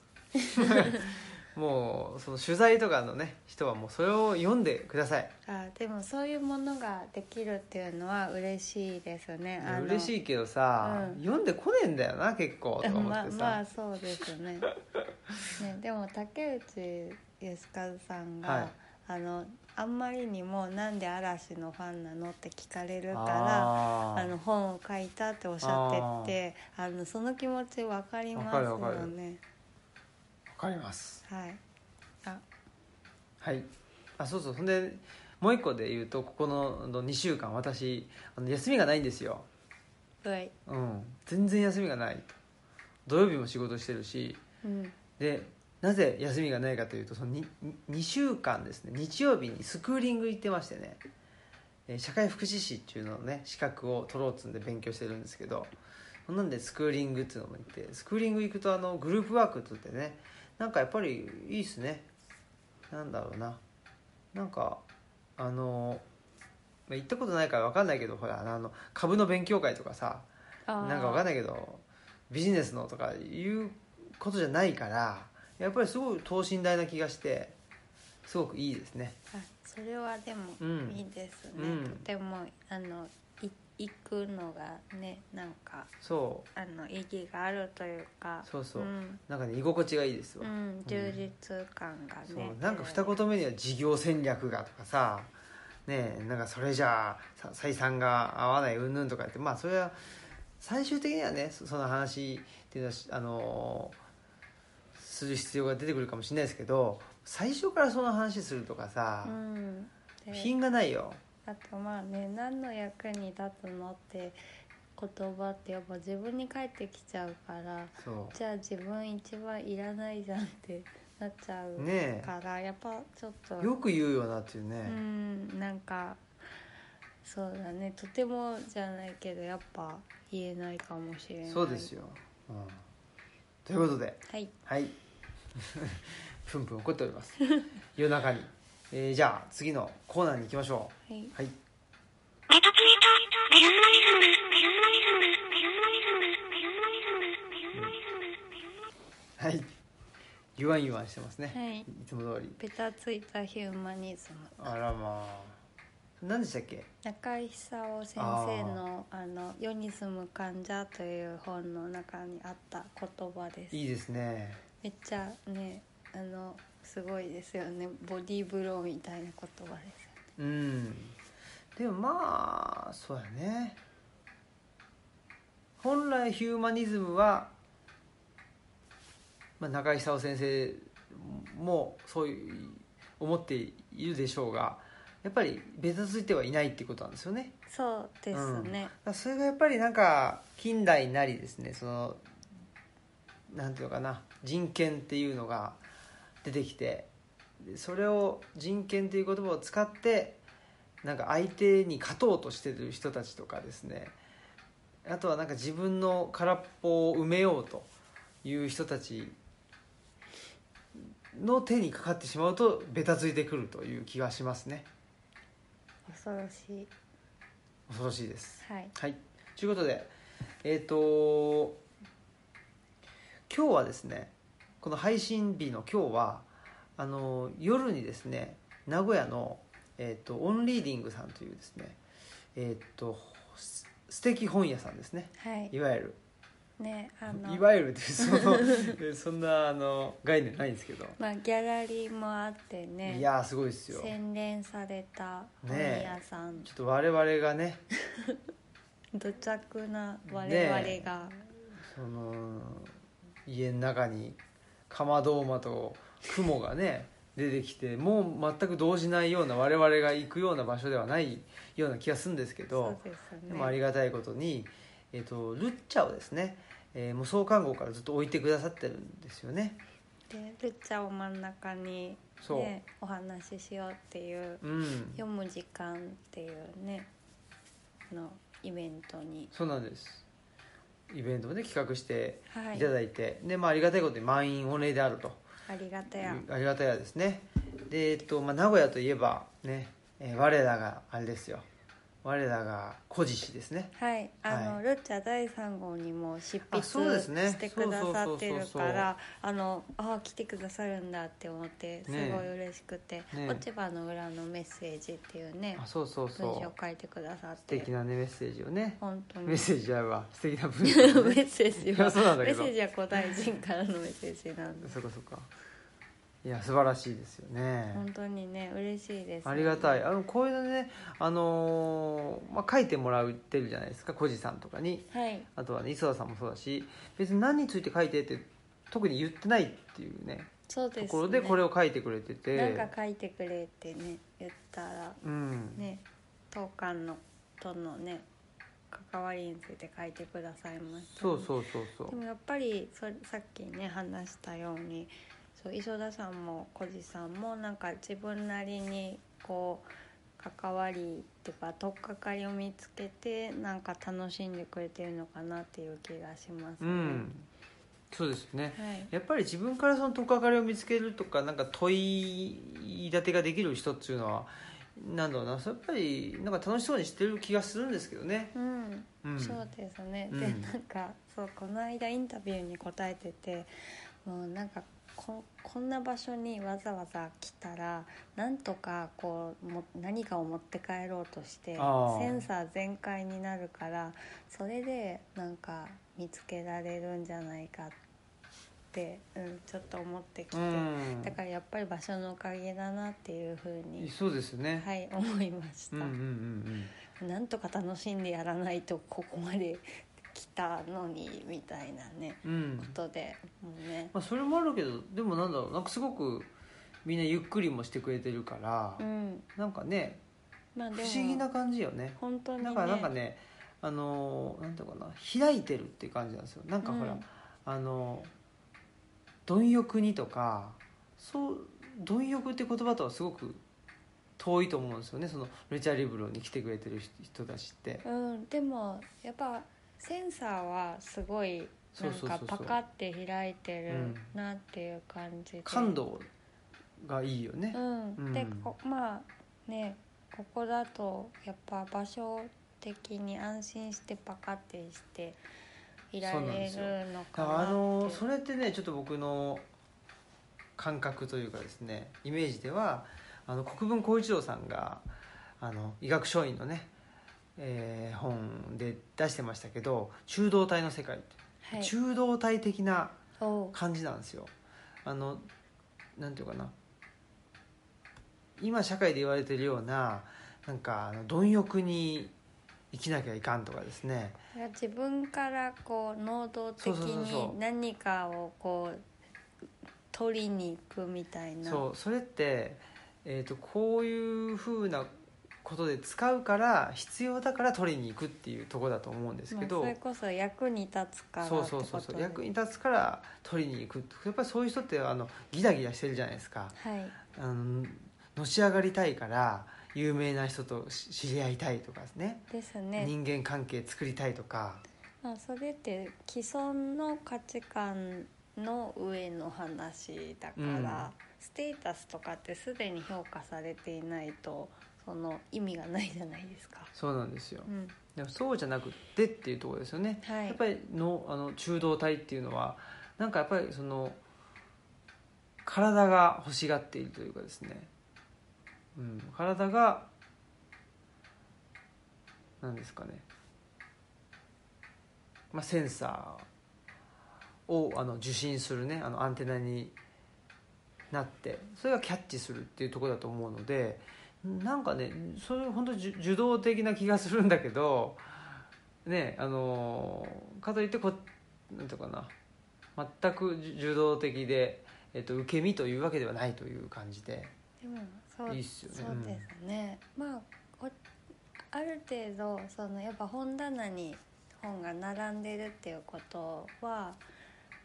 [SPEAKER 1] もうその取材とかのね人はもうそれを読んでください
[SPEAKER 2] あでもそういうものができるっていうのは嬉しいですねあの
[SPEAKER 1] 嬉しいけどさ、
[SPEAKER 2] うん
[SPEAKER 1] 読んでこねえんだよな結構とか思っ
[SPEAKER 2] まあ
[SPEAKER 1] てさ、
[SPEAKER 2] まあそうですねねでも竹内義和さんが、
[SPEAKER 1] はい
[SPEAKER 2] あのあんまりにも「なんで嵐のファンなの?」って聞かれるから
[SPEAKER 1] あ
[SPEAKER 2] あの本を書いたっておっしゃっててあのその気持ち分かります
[SPEAKER 1] わかるわか
[SPEAKER 2] よね
[SPEAKER 1] る分かります
[SPEAKER 2] はいあ
[SPEAKER 1] はいあそうそうそんでもう一個で言うとここのあの2週間私あの休みがないんですよ
[SPEAKER 2] はい
[SPEAKER 1] うん全然休みがない土曜日も仕事してるし
[SPEAKER 2] うん
[SPEAKER 1] でなぜ休みがないかというとその 2, 週間ですね日曜日にスクーリング行ってましてねえー社会福祉士っていうのをね資格を取ろうっつうんで勉強してるんですけどそんなんでスクーリングっていうのも行ってスクーリング行くとあのグループワークっつってねなんかやっぱりいいっすねなんだろうななんかあのまあ行ったことないから分かんないけどほらあの株の勉強会とかさ
[SPEAKER 2] あー
[SPEAKER 1] なんかわかんないけどビジネスのとかいうことじゃないからやっぱりすごい等身大な気がしてすごくいいですね
[SPEAKER 2] あそれはでも
[SPEAKER 1] うん
[SPEAKER 2] いいですね、
[SPEAKER 1] うん
[SPEAKER 2] とてもあのい行くのがねなんか
[SPEAKER 1] そう
[SPEAKER 2] あの意義があるというか
[SPEAKER 1] そうそう
[SPEAKER 2] うん、
[SPEAKER 1] なんかね居心地がいいです
[SPEAKER 2] う
[SPEAKER 1] わ、
[SPEAKER 2] ん、充実感がね、
[SPEAKER 1] そうなんか二言目には事業戦略がとかさねえなんかそれじゃあさ採算が合わない云々とか言ってまあそれは最終的にはねそその話っていうのはあのーする必要が出てくるかもしれないですけど最初からその話するとかさ、
[SPEAKER 2] うんで
[SPEAKER 1] 品がないよ
[SPEAKER 2] あとまあね何の役に立つのって言葉ってやっぱ自分に返ってきちゃうから
[SPEAKER 1] そう
[SPEAKER 2] じゃあ自分一番いらないじゃんってなっちゃ
[SPEAKER 1] ね
[SPEAKER 2] う
[SPEAKER 1] え
[SPEAKER 2] から、やっぱちょっと
[SPEAKER 1] よく言うよなっていうね、
[SPEAKER 2] うんなんかそうだねとてもじゃないけどやっぱ言えないかもしれない
[SPEAKER 1] そうですよ、うん、ということで
[SPEAKER 2] はい
[SPEAKER 1] はい (laughs) プンプン怒っております夜中に、えーじゃあ次のコーナーに行きましょ
[SPEAKER 2] はいう
[SPEAKER 1] はいはいゆわんゆわんしてますね、
[SPEAKER 2] はい
[SPEAKER 1] つも通り
[SPEAKER 2] ペタついたヒューマニズム
[SPEAKER 1] あらまあ何でしたっけ
[SPEAKER 2] 中井久夫先生のあの「世に住む患者」という本の中にあった言葉です
[SPEAKER 1] いいですね
[SPEAKER 2] めっちゃねあのすごいですよねボディーブローみたいな言葉ですよね
[SPEAKER 1] うんでもまあそうやね本来ヒューマニズムは、まあ、中井久夫先生もそういう思っているでしょうがやっぱりベタついてはいないっていうことなんですよね。
[SPEAKER 2] そうですね、
[SPEAKER 1] だからそれがやっぱりなんか近代になりですねそのなんていうのかな人権っていうのが出てきてでそれを人権っていう言葉を使ってなんか相手に勝とうとしてる人たちとかですねあとはなんか自分の空っぽを埋めようという人たちの手にかかってしまうとベタついてくるという気がしますね
[SPEAKER 2] 恐ろしい
[SPEAKER 1] 恐ろしいです
[SPEAKER 2] はい
[SPEAKER 1] はい、ということで、えっ、と、今日はですね、この配信日の今日は、あの夜にですね、名古屋の、えっとオンリーディングさんというですね、えっ、と、す素敵本屋さんですね、
[SPEAKER 2] はい
[SPEAKER 1] いわゆる。
[SPEAKER 2] ねあの
[SPEAKER 1] いわゆるってそのえそんなあの概念ないんですけど、
[SPEAKER 2] まあギャラリーもあってね
[SPEAKER 1] いやーすごいですよ
[SPEAKER 2] 洗練された本
[SPEAKER 1] ねえ
[SPEAKER 2] 屋さん、
[SPEAKER 1] ちょっと我々がね
[SPEAKER 2] 土着な我々が、
[SPEAKER 1] ねその家の中にかまど馬と雲がね出てきてもう全く動じないような我々が行くような場所ではないような気がするんですけ
[SPEAKER 2] そう
[SPEAKER 1] ど
[SPEAKER 2] ですね
[SPEAKER 1] でもありがたいことに、えっとルッチャをですね、えー、もう創刊号からずっと置いてくださってるんですよね。
[SPEAKER 2] でルッチャを真ん中に、
[SPEAKER 1] そう
[SPEAKER 2] ね、お話ししようっていう
[SPEAKER 1] うん、
[SPEAKER 2] 読む時間っていうねのイベントに
[SPEAKER 1] そうなんですイベントもね企画して
[SPEAKER 2] はい
[SPEAKER 1] いただいて、でまあ、ありがたいことに満員御礼であると。
[SPEAKER 2] ありがたや
[SPEAKER 1] ありがたやですねでえっと、まあ、名古屋といえばね、えー我らがあれですよ我らが小獅ですね
[SPEAKER 2] はい、あの、
[SPEAKER 1] はい
[SPEAKER 2] ルッチャ第3号にも執筆
[SPEAKER 1] あそうですね
[SPEAKER 2] してくださって
[SPEAKER 1] そ
[SPEAKER 2] る
[SPEAKER 1] うそうそうそ
[SPEAKER 2] か
[SPEAKER 1] うそう
[SPEAKER 2] らあのあ来てくださるんだって思ってすご
[SPEAKER 1] ね
[SPEAKER 2] い嬉しくて、
[SPEAKER 1] ね
[SPEAKER 2] 落ち葉の裏のメッセージっていうね
[SPEAKER 1] あそうそう
[SPEAKER 2] 文
[SPEAKER 1] そ
[SPEAKER 2] 章
[SPEAKER 1] う
[SPEAKER 2] 書いてくださっ
[SPEAKER 1] 素
[SPEAKER 2] て
[SPEAKER 1] 敵なねメッセージをね
[SPEAKER 2] 本当に
[SPEAKER 1] メッセージじゃないわ素敵な文
[SPEAKER 2] (laughs) メ
[SPEAKER 1] 章をね
[SPEAKER 2] ッセージ
[SPEAKER 1] いや
[SPEAKER 2] は
[SPEAKER 1] そうなんだ
[SPEAKER 2] メ
[SPEAKER 1] け
[SPEAKER 2] ッセ
[SPEAKER 1] ど
[SPEAKER 2] ージは古代人からのメッセージなんで
[SPEAKER 1] そっかそっかいや素晴らしいですよね
[SPEAKER 2] 本当にね嬉しいです、
[SPEAKER 1] ありがたいあのこういうのね、あのーまあ、書いてもらってるじゃないですか小路さんとかに
[SPEAKER 2] はい
[SPEAKER 1] あとはね磯田さんもそうだし別に何について書いてって特に言ってないっていうね
[SPEAKER 2] そう
[SPEAKER 1] と
[SPEAKER 2] です、ね、
[SPEAKER 1] ころでこれを書いてくれてて、
[SPEAKER 2] なんか書いてくれってね言ったら
[SPEAKER 1] うん、
[SPEAKER 2] ね当館のとのね関わりについて書いてくださいましたね、
[SPEAKER 1] そうそうそうそう
[SPEAKER 2] でもやっぱりそさっきね話したようにそう磯田さんも小路さんもなんか自分なりにこう関わりっていうか取っかかりを見つけてなんか楽しんでくれてるのかなっていう気がします
[SPEAKER 1] う
[SPEAKER 2] ね。
[SPEAKER 1] んそうですね
[SPEAKER 2] はい
[SPEAKER 1] やっぱり自分からその取っかかりを見つけるとかなんか問い立てができる人っていうのはなんだろうなそうやっぱりなんか楽しそうにしてる気がするんですけどね、
[SPEAKER 2] うん
[SPEAKER 1] うん、
[SPEAKER 2] そうですね、
[SPEAKER 1] うん
[SPEAKER 2] でなんかそうこの間インタビューに答えててもうなんかここんな場所にわざわざ来たらなんとかこうも何かを持って帰ろうとして
[SPEAKER 1] あー
[SPEAKER 2] センサー全開になるからそれでなんか見つけられるんじゃないかって、うん、ちょっと思ってきて、
[SPEAKER 1] うん
[SPEAKER 2] だからやっぱり場所のおかげだなっていうふうに、
[SPEAKER 1] そうですね、
[SPEAKER 2] はい、思いました。
[SPEAKER 1] うんうんうんうん
[SPEAKER 2] なんとか楽しんでやらないとここまで来たのにみたいなね
[SPEAKER 1] うん
[SPEAKER 2] ことでもうね
[SPEAKER 1] まあ、それもあるけどでもなんだろうなんかすごくみんなゆっくりもしてくれてるから、
[SPEAKER 2] うん
[SPEAKER 1] なんかね
[SPEAKER 2] まあで
[SPEAKER 1] 不
[SPEAKER 2] も
[SPEAKER 1] 思議な感じよね
[SPEAKER 2] 本当にね
[SPEAKER 1] だからなんかねあのーなんていうかな開いてるっていう感じなんですよなんかほら、
[SPEAKER 2] うん
[SPEAKER 1] あの貪欲にとかそう貪欲って言葉とはすごく遠いと思うんですよねそのルチャリブロに来てくれてる人たちって
[SPEAKER 2] うんでもやっぱセンサーはすごい
[SPEAKER 1] そ
[SPEAKER 2] な
[SPEAKER 1] うんそうそうそう
[SPEAKER 2] かパカって開いて
[SPEAKER 1] う
[SPEAKER 2] る
[SPEAKER 1] ん
[SPEAKER 2] なっていう感じで
[SPEAKER 1] 感度がいいよね
[SPEAKER 2] う、ん
[SPEAKER 1] う
[SPEAKER 2] で
[SPEAKER 1] ん
[SPEAKER 2] こまあねここだとやっぱ場所的に安心してパカってしていら
[SPEAKER 1] そうなんで
[SPEAKER 2] れ
[SPEAKER 1] すよ
[SPEAKER 2] るの
[SPEAKER 1] だ
[SPEAKER 2] か
[SPEAKER 1] から
[SPEAKER 2] な
[SPEAKER 1] あの
[SPEAKER 2] って
[SPEAKER 1] それってねちょっと僕の感覚というかですねイメージではあの国分光一郎さんがあの医学書院のね、えー本で出してましたけど中道体の世界って、
[SPEAKER 2] はい
[SPEAKER 1] 中道体的な
[SPEAKER 2] おう
[SPEAKER 1] 感じなんですよあのなんていうかな今社会で言われてるようななんかあの貪欲に生きなきゃいかんとかですね、
[SPEAKER 2] 自分からこう能動的
[SPEAKER 1] そうそうそうそ
[SPEAKER 2] に
[SPEAKER 1] う
[SPEAKER 2] 何かをこう取りに行くみたいな
[SPEAKER 1] そうそれって、えー、とこういうふうなことで使うから必要だから取りに行くっていうとこだと思うんですけど、
[SPEAKER 2] まあそれこそ役に立つからって
[SPEAKER 1] そ
[SPEAKER 2] こ
[SPEAKER 1] う
[SPEAKER 2] と
[SPEAKER 1] そうそうそう
[SPEAKER 2] で
[SPEAKER 1] 役に立つから取りに行くってやっぱりそういう人ってあのギラギラしてるじゃないですか
[SPEAKER 2] はい
[SPEAKER 1] あののし上がりたいから有名な人とし知り合いたいとかですね
[SPEAKER 2] ですね、
[SPEAKER 1] 人間関係作りたいとか
[SPEAKER 2] まあ、それって既存の価値観の上の話だから、
[SPEAKER 1] うん
[SPEAKER 2] ステータスとかってすでに評価されていないとその意味がないじゃないですか。
[SPEAKER 1] そうなんですよ
[SPEAKER 2] うん
[SPEAKER 1] でもそうじゃなくってっていうところですよね
[SPEAKER 2] はい、
[SPEAKER 1] やっぱりのあの中道体っていうのはなんかやっぱりその体が欲しがっているというかですね、うん、体がなんですかね、まあ、センサーをあの受信するねあのアンテナになってそれがキャッチするっていうところだと思うのでなんかねそれ本当受受動的な気がするんだけどねあのかといってこなんていうかな全く受受動的で、えっと、受け身というわけではないという感じで
[SPEAKER 2] でもそう
[SPEAKER 1] いいっすよね
[SPEAKER 2] そうですね、まあこある程度そのやっぱ本棚に本が並んでるっていうことは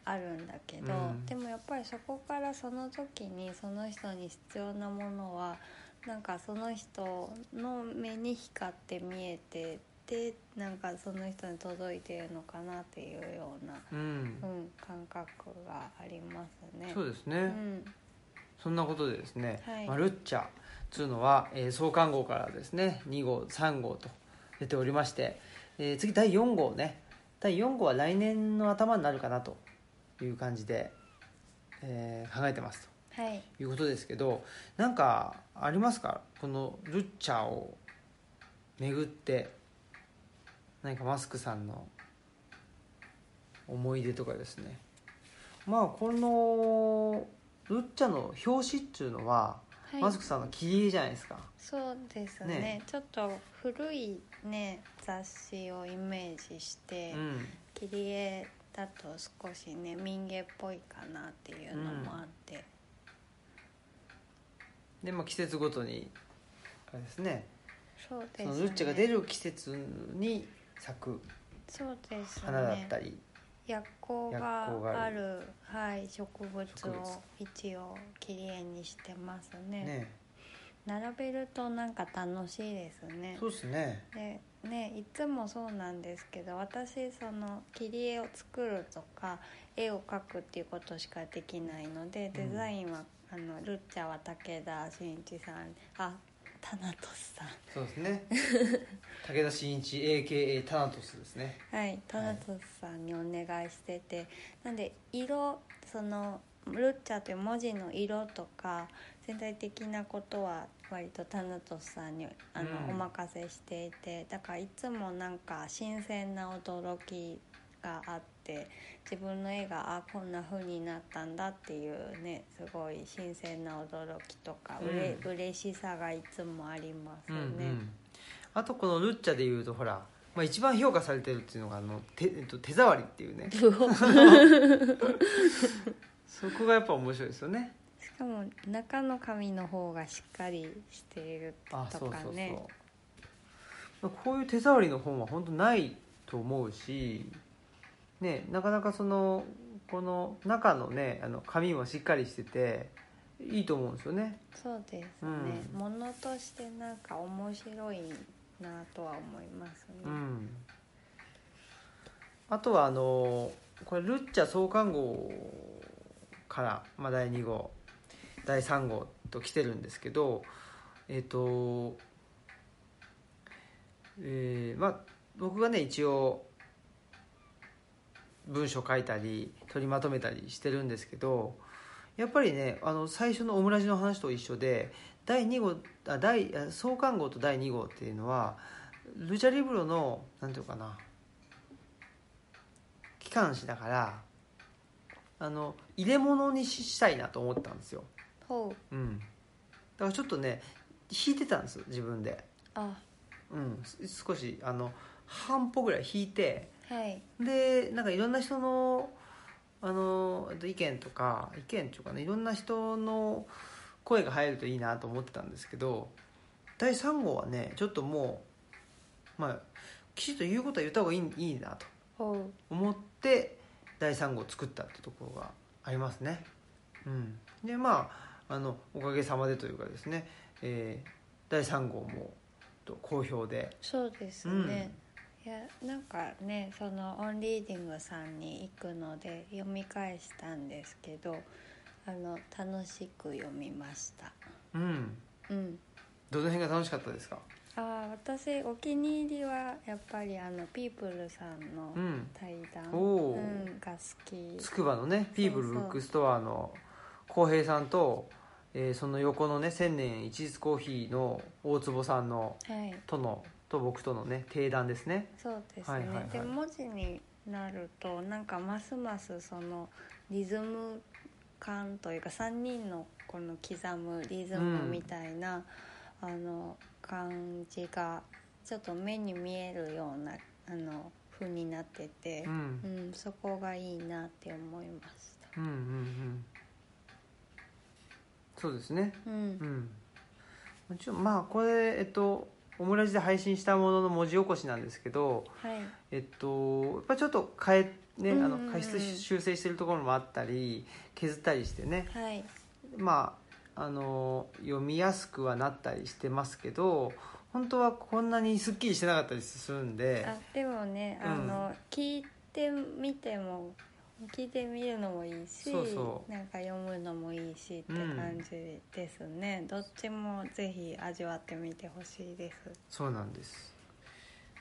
[SPEAKER 2] あるんだけど、
[SPEAKER 1] うん
[SPEAKER 2] でもやっぱりそこからその時にその人に必要なものはなんかその人の目に光って見えてでなんかその人に届いてるのかなっていうような、
[SPEAKER 1] うん
[SPEAKER 2] うん、感覚がありますね。
[SPEAKER 1] そうですね、
[SPEAKER 2] うん
[SPEAKER 1] そんなことでですね、
[SPEAKER 2] はい
[SPEAKER 1] まあ、ルッチャっつうのは、えー創刊号からですね2号3号と出ておりまして、えー次第4号ね第4号は来年の頭になるかなという感じで、えー考えてます
[SPEAKER 2] はい
[SPEAKER 1] ということですけどなんかありますかこのルッチャーを巡って何かマスクさんの思い出とかですねまあこのルッチャーの表紙っていうのは、
[SPEAKER 2] はい
[SPEAKER 1] マスクさんの切り絵じゃないですか
[SPEAKER 2] そうですね
[SPEAKER 1] ね
[SPEAKER 2] ちょっと古いね雑誌をイメージして、
[SPEAKER 1] うん
[SPEAKER 2] 切り絵だと少しね民芸っぽいかなっていうのもあって、
[SPEAKER 1] で、まあ、季節ごとにあれですね
[SPEAKER 2] そう
[SPEAKER 1] そ
[SPEAKER 2] ですね
[SPEAKER 1] のルッチャーが出る季節に咲く
[SPEAKER 2] そうですね
[SPEAKER 1] 花だったり、
[SPEAKER 2] 薬効
[SPEAKER 1] 薬効が
[SPEAKER 2] が
[SPEAKER 1] あ
[SPEAKER 2] あ
[SPEAKER 1] る
[SPEAKER 2] るはい植物
[SPEAKER 1] 植物
[SPEAKER 2] を一応切り絵にしてますね
[SPEAKER 1] ね
[SPEAKER 2] 並べるとなんか楽しいですね
[SPEAKER 1] そうですね
[SPEAKER 2] でねいつもそうなんですけど私その切り絵を作るとか絵を描くっていうことしかできないので
[SPEAKER 1] う
[SPEAKER 2] デ
[SPEAKER 1] ん
[SPEAKER 2] ザインは、あのルッチャは武田真一さんあタナトスさん
[SPEAKER 1] そうですね (laughs) 武田真一 AKA タナトスですね
[SPEAKER 2] はい、タナトスさんにお願いしてて、なんで色その「ルッチャ」という文字の色とか全体的なことは割とタナトスさんにあの、
[SPEAKER 1] うん
[SPEAKER 2] お任せしていてだからいつもなんか新鮮な驚きがあって自分の絵があこんな風になったんだっていうねすごい新鮮な驚きとか、うれ
[SPEAKER 1] う
[SPEAKER 2] 嬉しさがいつもあります
[SPEAKER 1] うん
[SPEAKER 2] よ
[SPEAKER 1] う
[SPEAKER 2] ね。
[SPEAKER 1] んあとこのルッチャでいうとほら、まあ、一番評価されてるっていうのがあの手,、えっと、手触りっていう (laughs) ねそこがやっぱ面白いですよね
[SPEAKER 2] しかも中の髪の方がしっかりしているとか
[SPEAKER 1] あ
[SPEAKER 2] ね
[SPEAKER 1] そうそうそうこういう手触りの本は本当ないと思うし、ね、なかなかそのこの中のねあの紙もしっかりしてていいと思うんですよね
[SPEAKER 2] そうですね、
[SPEAKER 1] うん
[SPEAKER 2] ものとしてなんか面白いなとは思いますね、
[SPEAKER 1] うんあとはあのこれルッチャ創刊号から、まあ、第2号第3号と来てるんですけどえっ、とえーまあ僕がね一応文章書いたり取りまとめたりしてるんですけどやっぱりねあの最初のオムラジの話と一緒で第2号あ第あ創刊号と第2号っていうのはルチャリブロのなんていうかな機関誌だからあの入れ物にししたいなと思ったんですよ、
[SPEAKER 2] ほう
[SPEAKER 1] うん、だからちょっとね引いてたんです自分で、
[SPEAKER 2] あ
[SPEAKER 1] うん、す少しあの半歩ぐらい引いて
[SPEAKER 2] はい
[SPEAKER 1] でなんかいろんな人のあのえっと意見とか意見っていうかねいろんな人の声が入るといいなと思ってたんですけど第3号はねちょっともうまあきちっと言うことは言った方がいいいいなと
[SPEAKER 2] ほ
[SPEAKER 1] 思って第3号を作ったってところがありますね。うん、でまああのおかげさまでというかですね、えー第3号もと好評で。
[SPEAKER 2] うそうですね、いやなんかねそのオンリーディングさんに行くので読み返したんですけどあの楽しく読みました
[SPEAKER 1] うん、
[SPEAKER 2] うん
[SPEAKER 1] どの辺が楽しかったですか、
[SPEAKER 2] ああ私お気に入りはやっぱりあのピープルさんの
[SPEAKER 1] うん、
[SPEAKER 2] 対談、
[SPEAKER 1] おー
[SPEAKER 2] うんが好き
[SPEAKER 1] つくばのねピーブルブックストアの浩平さんと、えーその横のね千年一日コーヒーの大坪さんの
[SPEAKER 2] はい
[SPEAKER 1] とのと僕とのね定談ですね
[SPEAKER 2] そうですね、
[SPEAKER 1] はいはいはい
[SPEAKER 2] で文字になるとなんかますますそのリズム感というか3人のこの刻むリズムみたいな、あの感じがちょっと目に見えるようなあの風になってて
[SPEAKER 1] う、ん
[SPEAKER 2] う、んそこがいいなって思いました。
[SPEAKER 1] うんうんうんそうですね
[SPEAKER 2] うん
[SPEAKER 1] うんもちろんまあこれえっとオムラジで配信したものの文字起こしなんですけど
[SPEAKER 2] はい
[SPEAKER 1] えっとやっぱちょっと変えね、
[SPEAKER 2] うんうん
[SPEAKER 1] あ
[SPEAKER 2] うん
[SPEAKER 1] の加湿修正してるところもあったり削ったりしてね
[SPEAKER 2] はい
[SPEAKER 1] まあ、あの読みやすくはなったりしてますけど本当はこんなにすっきりしてなかったりするんで
[SPEAKER 2] あでもね
[SPEAKER 1] うん
[SPEAKER 2] あの、聞いてみても聞いてみるのもいいし
[SPEAKER 1] そうそう
[SPEAKER 2] なんか読むのもいいしって
[SPEAKER 1] うん
[SPEAKER 2] 感じですね、どっちもぜひ味わってみてほしいです
[SPEAKER 1] そうなんです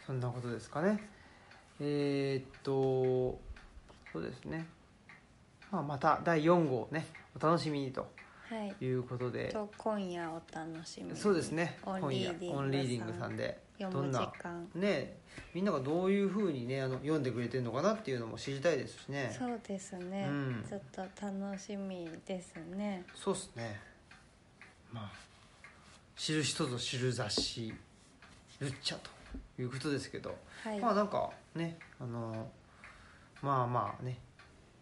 [SPEAKER 1] そんなことですかねえーっとそうですね、まあ、また第4号ねお楽しみにと
[SPEAKER 2] はい
[SPEAKER 1] いうことで
[SPEAKER 2] と今夜お楽しみに
[SPEAKER 1] そうですね
[SPEAKER 2] オ
[SPEAKER 1] 今
[SPEAKER 2] ンリ
[SPEAKER 1] 夜
[SPEAKER 2] ーディング
[SPEAKER 1] オンリーディングさんでど
[SPEAKER 2] 読む
[SPEAKER 1] ん
[SPEAKER 2] 時
[SPEAKER 1] な
[SPEAKER 2] 間
[SPEAKER 1] ねみんながどういうふうにねあの読んでくれてるのかなっていうのも知りたいですしね
[SPEAKER 2] そうですね、
[SPEAKER 1] うん
[SPEAKER 2] ちょっと楽しみですね
[SPEAKER 1] そうっすねまあ知る人ぞ知る雑誌「ルッチャ」ということですけど、
[SPEAKER 2] はい、
[SPEAKER 1] まあなんかねあのまあまあね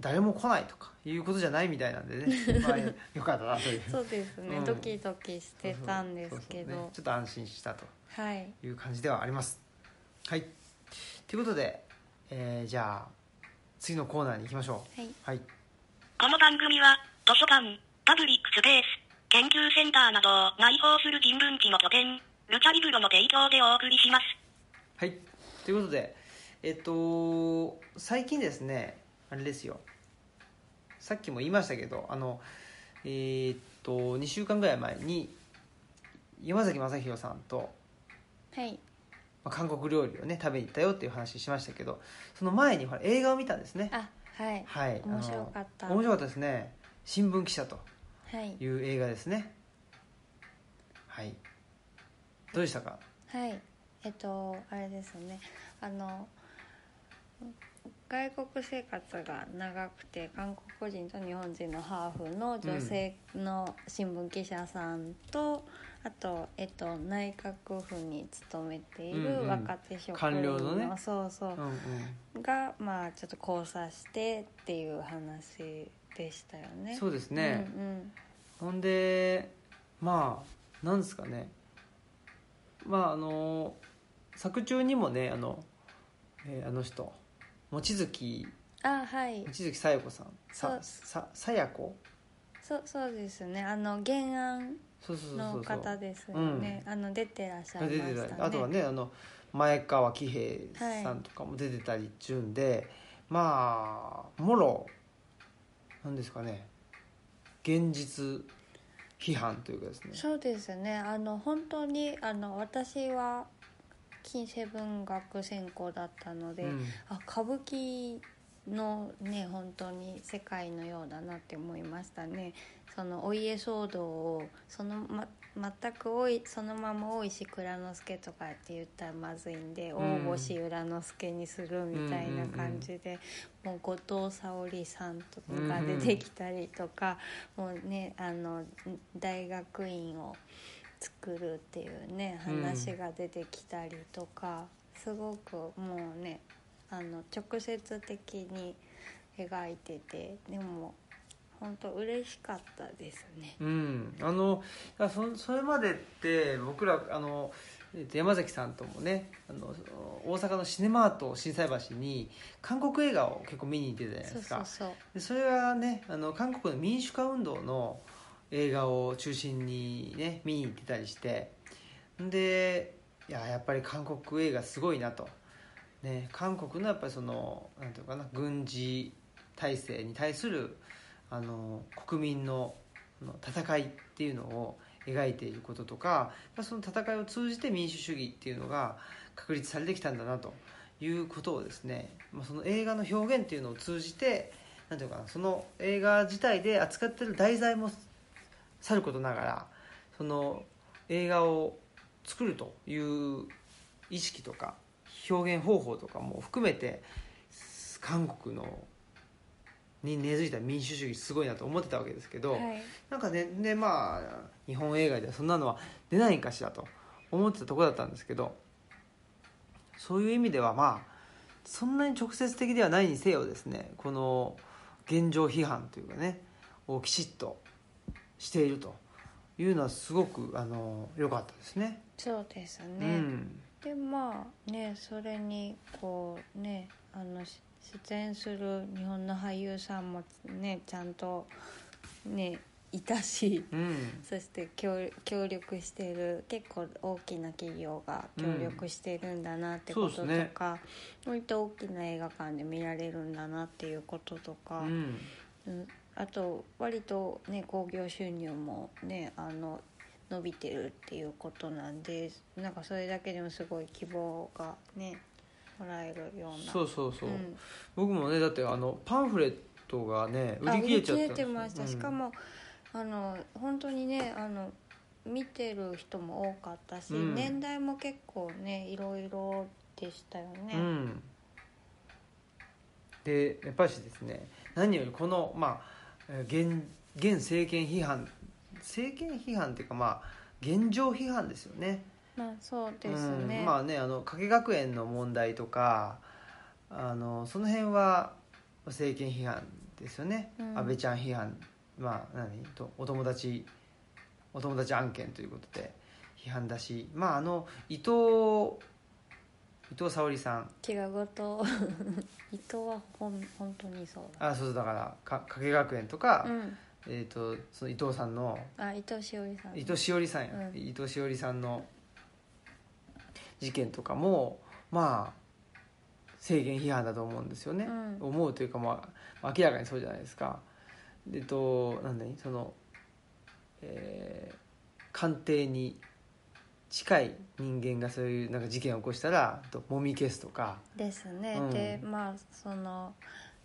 [SPEAKER 1] 誰も来ないとかいうことじゃないみたいなんでね、まあ、よかったなという
[SPEAKER 2] そうですね、
[SPEAKER 1] うん
[SPEAKER 2] ドキドキしてたんですけ
[SPEAKER 1] そ
[SPEAKER 2] ど
[SPEAKER 1] うそうねちょっと安心したと
[SPEAKER 2] はい
[SPEAKER 1] いう感じではありますはいということで、えーじゃあ次のコーナーに行きましょ
[SPEAKER 2] はいう
[SPEAKER 1] はい
[SPEAKER 3] この番組は、図書館、パブリックスペース、研究センターなどを内包する人文地の拠点、ルチャリブロの提供でお送りします。
[SPEAKER 1] はいということでえっと最近ですねあれですよさっきも言いましたけどあのえーっと2週間ぐらい前に山崎正弘さんと、
[SPEAKER 2] はい
[SPEAKER 1] まあ、韓国料理をね食べに行ったよっていう話しましたけどその前にほら映画を見たんですね
[SPEAKER 2] あはい
[SPEAKER 1] はいあの
[SPEAKER 2] 面白かった
[SPEAKER 1] 面白かったですね「新聞記者」と
[SPEAKER 2] はい
[SPEAKER 1] いう映画ですねはいどうでしたか
[SPEAKER 2] はいえっとあれですねあの外国生活が長くて韓国人と日本人のハーフの女性の新聞記者さんと、あと、えっと、内閣府に勤めてい
[SPEAKER 1] うんう
[SPEAKER 2] る
[SPEAKER 1] ん
[SPEAKER 2] 若手職員の,、
[SPEAKER 1] 官僚のね
[SPEAKER 2] そうそう
[SPEAKER 1] うん、うん
[SPEAKER 2] がまあちょっと交差してっていう話でしたよね。
[SPEAKER 1] そうですね、
[SPEAKER 2] うんうん
[SPEAKER 1] ほんでまあなんですかねまああの作中にもねあの、えーあの人望月
[SPEAKER 2] あはい
[SPEAKER 1] 望月さや子さんさささや子
[SPEAKER 2] そうそうですねあの原案
[SPEAKER 1] そうそうそうそ
[SPEAKER 2] の
[SPEAKER 1] う
[SPEAKER 2] 方ですよね、あの出てらっしゃいま
[SPEAKER 1] 出
[SPEAKER 2] した
[SPEAKER 1] て
[SPEAKER 2] ね
[SPEAKER 1] たりあとはねあの前川喜平さんとかも出てたりっちゅうんで、まあもろなんですかね現実批判というかですね
[SPEAKER 2] そうですねあの本当にあの私は近世文学専攻だったので、
[SPEAKER 1] うん
[SPEAKER 2] あ歌舞伎のね本当に世界のようだなって思いましたねそのお家騒動をそのま全くおいそのまま大石蔵之介とかって言ったらまずいんで、
[SPEAKER 1] うん
[SPEAKER 2] 大星裏之介にするみたいな感じで、もう後藤沙織さんとか出てきたりとか、もうねあの大学院を作るっていうね
[SPEAKER 1] うん
[SPEAKER 2] 話が出てきたりとか、すごくもうねあの直接的に描いててでも本当嬉しかったですね。
[SPEAKER 1] うん、あのだからそそれまでって僕らあの、えっと山崎さんともねあのその大阪のシネマート心斎橋に韓国映画を結構見に行ってたじゃないで
[SPEAKER 2] そう
[SPEAKER 1] す
[SPEAKER 2] そう
[SPEAKER 1] か
[SPEAKER 2] そう
[SPEAKER 1] でそれはねあの韓国の民主化運動の映画を中心にね見に行ってたりしてでいややっぱり韓国映画すごいなと、ね、韓国のやっぱりそのなんていうのかな軍事体制に対するあの国民のあの戦いっていうのを描いていることとかまあその戦いを通じて民主主義っていうのが確立されてきたんだなということをですね、まあ、その映画の表現っていうのを通じてなんていうのかなその映画自体で扱ってる題材もさることながらその映画を作るという意識とか表現方法とかも含めて韓国のに根付いた民主主義すごいなと思ってたわけですけど、
[SPEAKER 2] はい
[SPEAKER 1] なんかねでまあ日本映画ではそんなのは出ないんかしらと思ってたとこだったんですけどそういう意味ではまあそんなに直接的ではないにせよですねこの現状批判というかねをきちっとしているというのはすごくあの良かったですね。
[SPEAKER 2] そうですね、
[SPEAKER 1] うん、
[SPEAKER 2] でまあねそれにこうねあのし出演する日本の俳優さんもねちゃんとねいたし
[SPEAKER 1] うん
[SPEAKER 2] そして協協力してる結構大きな企業が協力してるんだなってこと
[SPEAKER 1] う
[SPEAKER 2] と
[SPEAKER 1] んそうですね
[SPEAKER 2] か、割と大きな映画館で見られるんだなっていうことと
[SPEAKER 1] う
[SPEAKER 2] か、
[SPEAKER 1] ん
[SPEAKER 2] うんあと割とね興行収入もねあの伸びてるっていうことなんでなんかそれだけでもすごい希望がねもらえるような
[SPEAKER 1] そうそうそう、
[SPEAKER 2] ん
[SPEAKER 1] 僕もねだってあのパンフレットがね売
[SPEAKER 2] あ
[SPEAKER 1] り切れちゃったんで
[SPEAKER 2] 売り切
[SPEAKER 1] す
[SPEAKER 2] れ
[SPEAKER 1] よ
[SPEAKER 2] てました、
[SPEAKER 1] うん
[SPEAKER 2] しかもあの本当にねあの見てる人も多かったし、
[SPEAKER 1] うん
[SPEAKER 2] 年代も結構ねいろいろでしたよね、
[SPEAKER 1] うん、でやっぱりですね何よりこの、まあ、えー現現政権批判政権批判っていうかまあ現状批判ですよね
[SPEAKER 2] まあそうですね、
[SPEAKER 1] うん、まあねあの加計学園の問題とかあのその辺は政権批判ですよね、
[SPEAKER 2] うん
[SPEAKER 1] 安倍ちゃん批判まあ何とお友達お友達案件ということで批判だしまああの伊藤伊藤沙織さん
[SPEAKER 2] 違うこと伊藤はほん本当にそうだ
[SPEAKER 1] あそうそうだからか加計学園とか、
[SPEAKER 2] うん
[SPEAKER 1] えー、とその伊藤さんの
[SPEAKER 2] あ伊藤しおりさん
[SPEAKER 1] 伊藤しおりさんや、
[SPEAKER 2] うん
[SPEAKER 1] 伊藤しおりさんの事件とかもまあ制限批判だと思うんですよね、
[SPEAKER 2] うん
[SPEAKER 1] 思うというか、まあ、明らかにそうじゃないですか。でえっとなんだいその、えー官邸に近い人間がそういうなんか事件を起こしたらえっともみ消すとか、
[SPEAKER 2] ですね、
[SPEAKER 1] うん
[SPEAKER 2] でまあその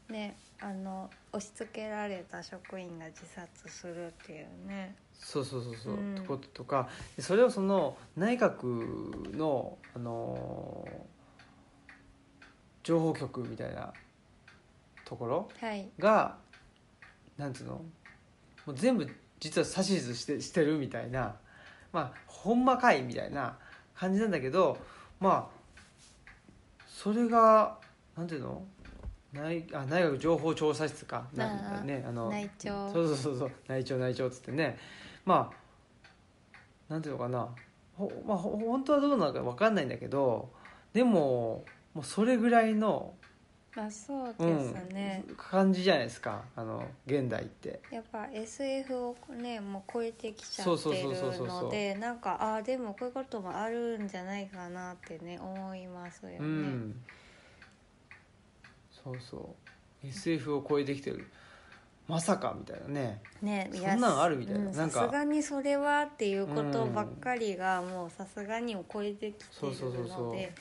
[SPEAKER 2] ねあの押し付けられた職員が自殺するっていうね
[SPEAKER 1] そうそうそうそう、
[SPEAKER 2] うん
[SPEAKER 1] とこととかでそれをその内閣の、あのー情報局みたいなところ
[SPEAKER 2] はい
[SPEAKER 1] がなんつうのもう全部実は指図してしてるみたいなまあほんまかいみたいな感じなんだけどまあそれがなんていうの内あ内閣情報調査室か
[SPEAKER 2] あ
[SPEAKER 1] な
[SPEAKER 2] あ
[SPEAKER 1] ねあの
[SPEAKER 2] 内調
[SPEAKER 1] そうそうそうそう内調内調っつってねまあなんていうのかなほまあほ本当はどうなのか分かんないんだけどでももうそれぐらいの
[SPEAKER 2] まあそうですね、
[SPEAKER 1] 感じじゃないですかあの現代って
[SPEAKER 2] やっぱ SF をねもう超えてきちゃ
[SPEAKER 1] そう
[SPEAKER 2] っ
[SPEAKER 1] そう
[SPEAKER 2] て
[SPEAKER 1] そうそうそう
[SPEAKER 2] るのでなんかああでもこういうこともあるんじゃないかなってね思いますよね、
[SPEAKER 1] うんそうそう SF を超えてきてるまさかみたいなね
[SPEAKER 2] ねいや
[SPEAKER 1] そんなんあるみたいな
[SPEAKER 2] うん
[SPEAKER 1] な
[SPEAKER 2] さ
[SPEAKER 1] ん
[SPEAKER 2] す
[SPEAKER 1] か
[SPEAKER 2] がにそれはっていうことばっかりがもうさすがにを超えてきて
[SPEAKER 1] そう
[SPEAKER 2] い
[SPEAKER 1] そうそう
[SPEAKER 2] る
[SPEAKER 1] そ
[SPEAKER 2] の
[SPEAKER 1] う
[SPEAKER 2] で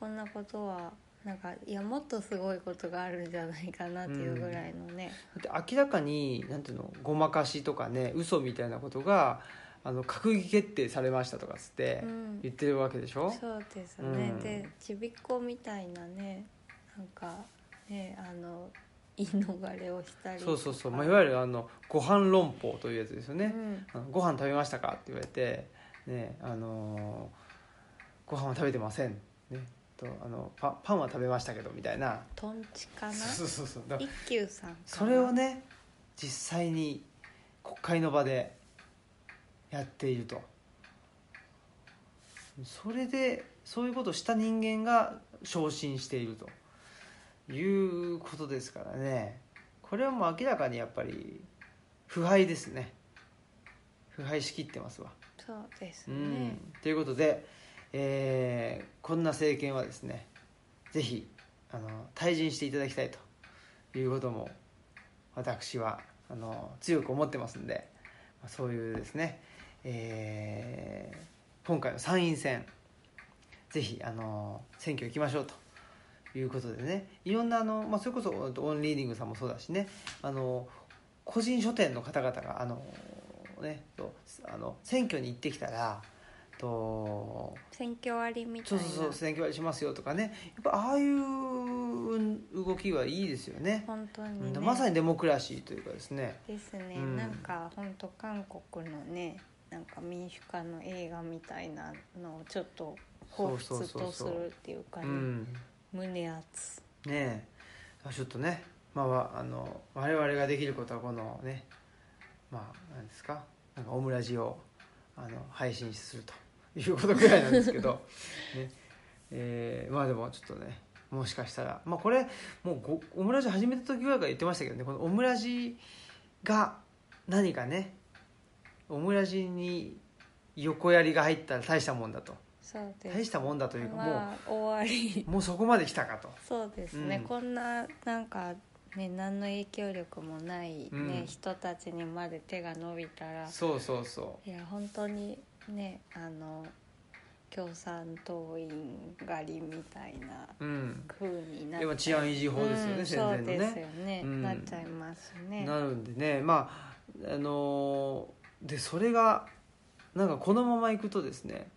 [SPEAKER 2] こんなことはなんかいやもっとすごいことがあるんじゃないかなっていうぐらいのね、
[SPEAKER 1] だって明らかになんていうのごまかしとかね嘘みたいなことがあの閣議決定されましたとかっつって
[SPEAKER 2] うん
[SPEAKER 1] 言ってるわけでしょ、
[SPEAKER 2] そうですね、
[SPEAKER 1] うん
[SPEAKER 2] でちびっこみたいなねなんかねあの言い逃れをしたり
[SPEAKER 1] そうそうそう、まあ、い
[SPEAKER 2] ゆ
[SPEAKER 1] わゆるあのご飯論法というやつですよね、
[SPEAKER 2] うん、
[SPEAKER 1] あのご飯食べましたか?」って言われて「ねあのーご飯は食べてません」ねとあのパ「パンは食べましたけど」みたいな
[SPEAKER 2] トンチかな
[SPEAKER 1] そうそうそうだから
[SPEAKER 2] 一休さんかな
[SPEAKER 1] それをね実際に国会の場でやっているとそれでそういうことをした人間が昇進しているということですからねこれはもう明らかにやっぱり腐敗ですね腐敗しきってますわ
[SPEAKER 2] そうです
[SPEAKER 1] う
[SPEAKER 2] ね、
[SPEAKER 1] んということで、えーこんな政権はですねぜひあの退陣していただきたいということも私はあの強く思ってますんでまあそういうですね、えー今回の参院選ぜひあの選挙行きましょうと。いうことでねいろんなあの、まあ、それこそオンリーディングさんもそうだしねあの個人書店の方々があの、ね、とあの選挙に行ってきたらと
[SPEAKER 2] 選挙割みた
[SPEAKER 1] そ
[SPEAKER 2] いうな
[SPEAKER 1] そうそう選挙割りしますよとかねやっぱああいううん動きはいいですよね
[SPEAKER 2] 本当
[SPEAKER 1] うん
[SPEAKER 2] に、ね、
[SPEAKER 1] まさにデモクラシーというかですね
[SPEAKER 2] ですね、
[SPEAKER 1] うん
[SPEAKER 2] なんか本当韓国のねなんか民主化の映画みたいなのをちょっと彷
[SPEAKER 1] そうそう
[SPEAKER 2] 彿
[SPEAKER 1] そ
[SPEAKER 2] と
[SPEAKER 1] う
[SPEAKER 2] す
[SPEAKER 1] そう
[SPEAKER 2] るっていうか
[SPEAKER 1] う
[SPEAKER 2] ね、
[SPEAKER 1] ん
[SPEAKER 2] 胸熱
[SPEAKER 1] ねえちょっとねまあわあの我々ができることはこのねまあなんですかなんかオムラジをあの配信するということぐらいなんですけど、ねえーまあでもちょっとねもしかしたらまあこれもうごオムラジ始めた時ぐらいから言ってましたけどねこのオムラジが何かねオムラジに横やりが入ったら大したもんだと
[SPEAKER 2] そうで
[SPEAKER 1] 大
[SPEAKER 2] す
[SPEAKER 1] したもんだというかも
[SPEAKER 2] まあ終わり
[SPEAKER 1] うもうそこまで来たかと。
[SPEAKER 2] そうですね、
[SPEAKER 1] うん
[SPEAKER 2] こんななんかね、何の影響力もない、ね
[SPEAKER 1] うん
[SPEAKER 2] 人たちにまで手が伸びたら
[SPEAKER 1] そうそうそ
[SPEAKER 2] いや本当にねあの共産党員狩りみたいな
[SPEAKER 1] ううん
[SPEAKER 2] 風になっ
[SPEAKER 1] でも治安維持法ですよね、
[SPEAKER 2] うん
[SPEAKER 1] 戦前の
[SPEAKER 2] そうです
[SPEAKER 1] ね
[SPEAKER 2] よね、
[SPEAKER 1] うん
[SPEAKER 2] なっちゃいますね
[SPEAKER 1] なるんでねまああのーでそれがなんかこのままいくとですね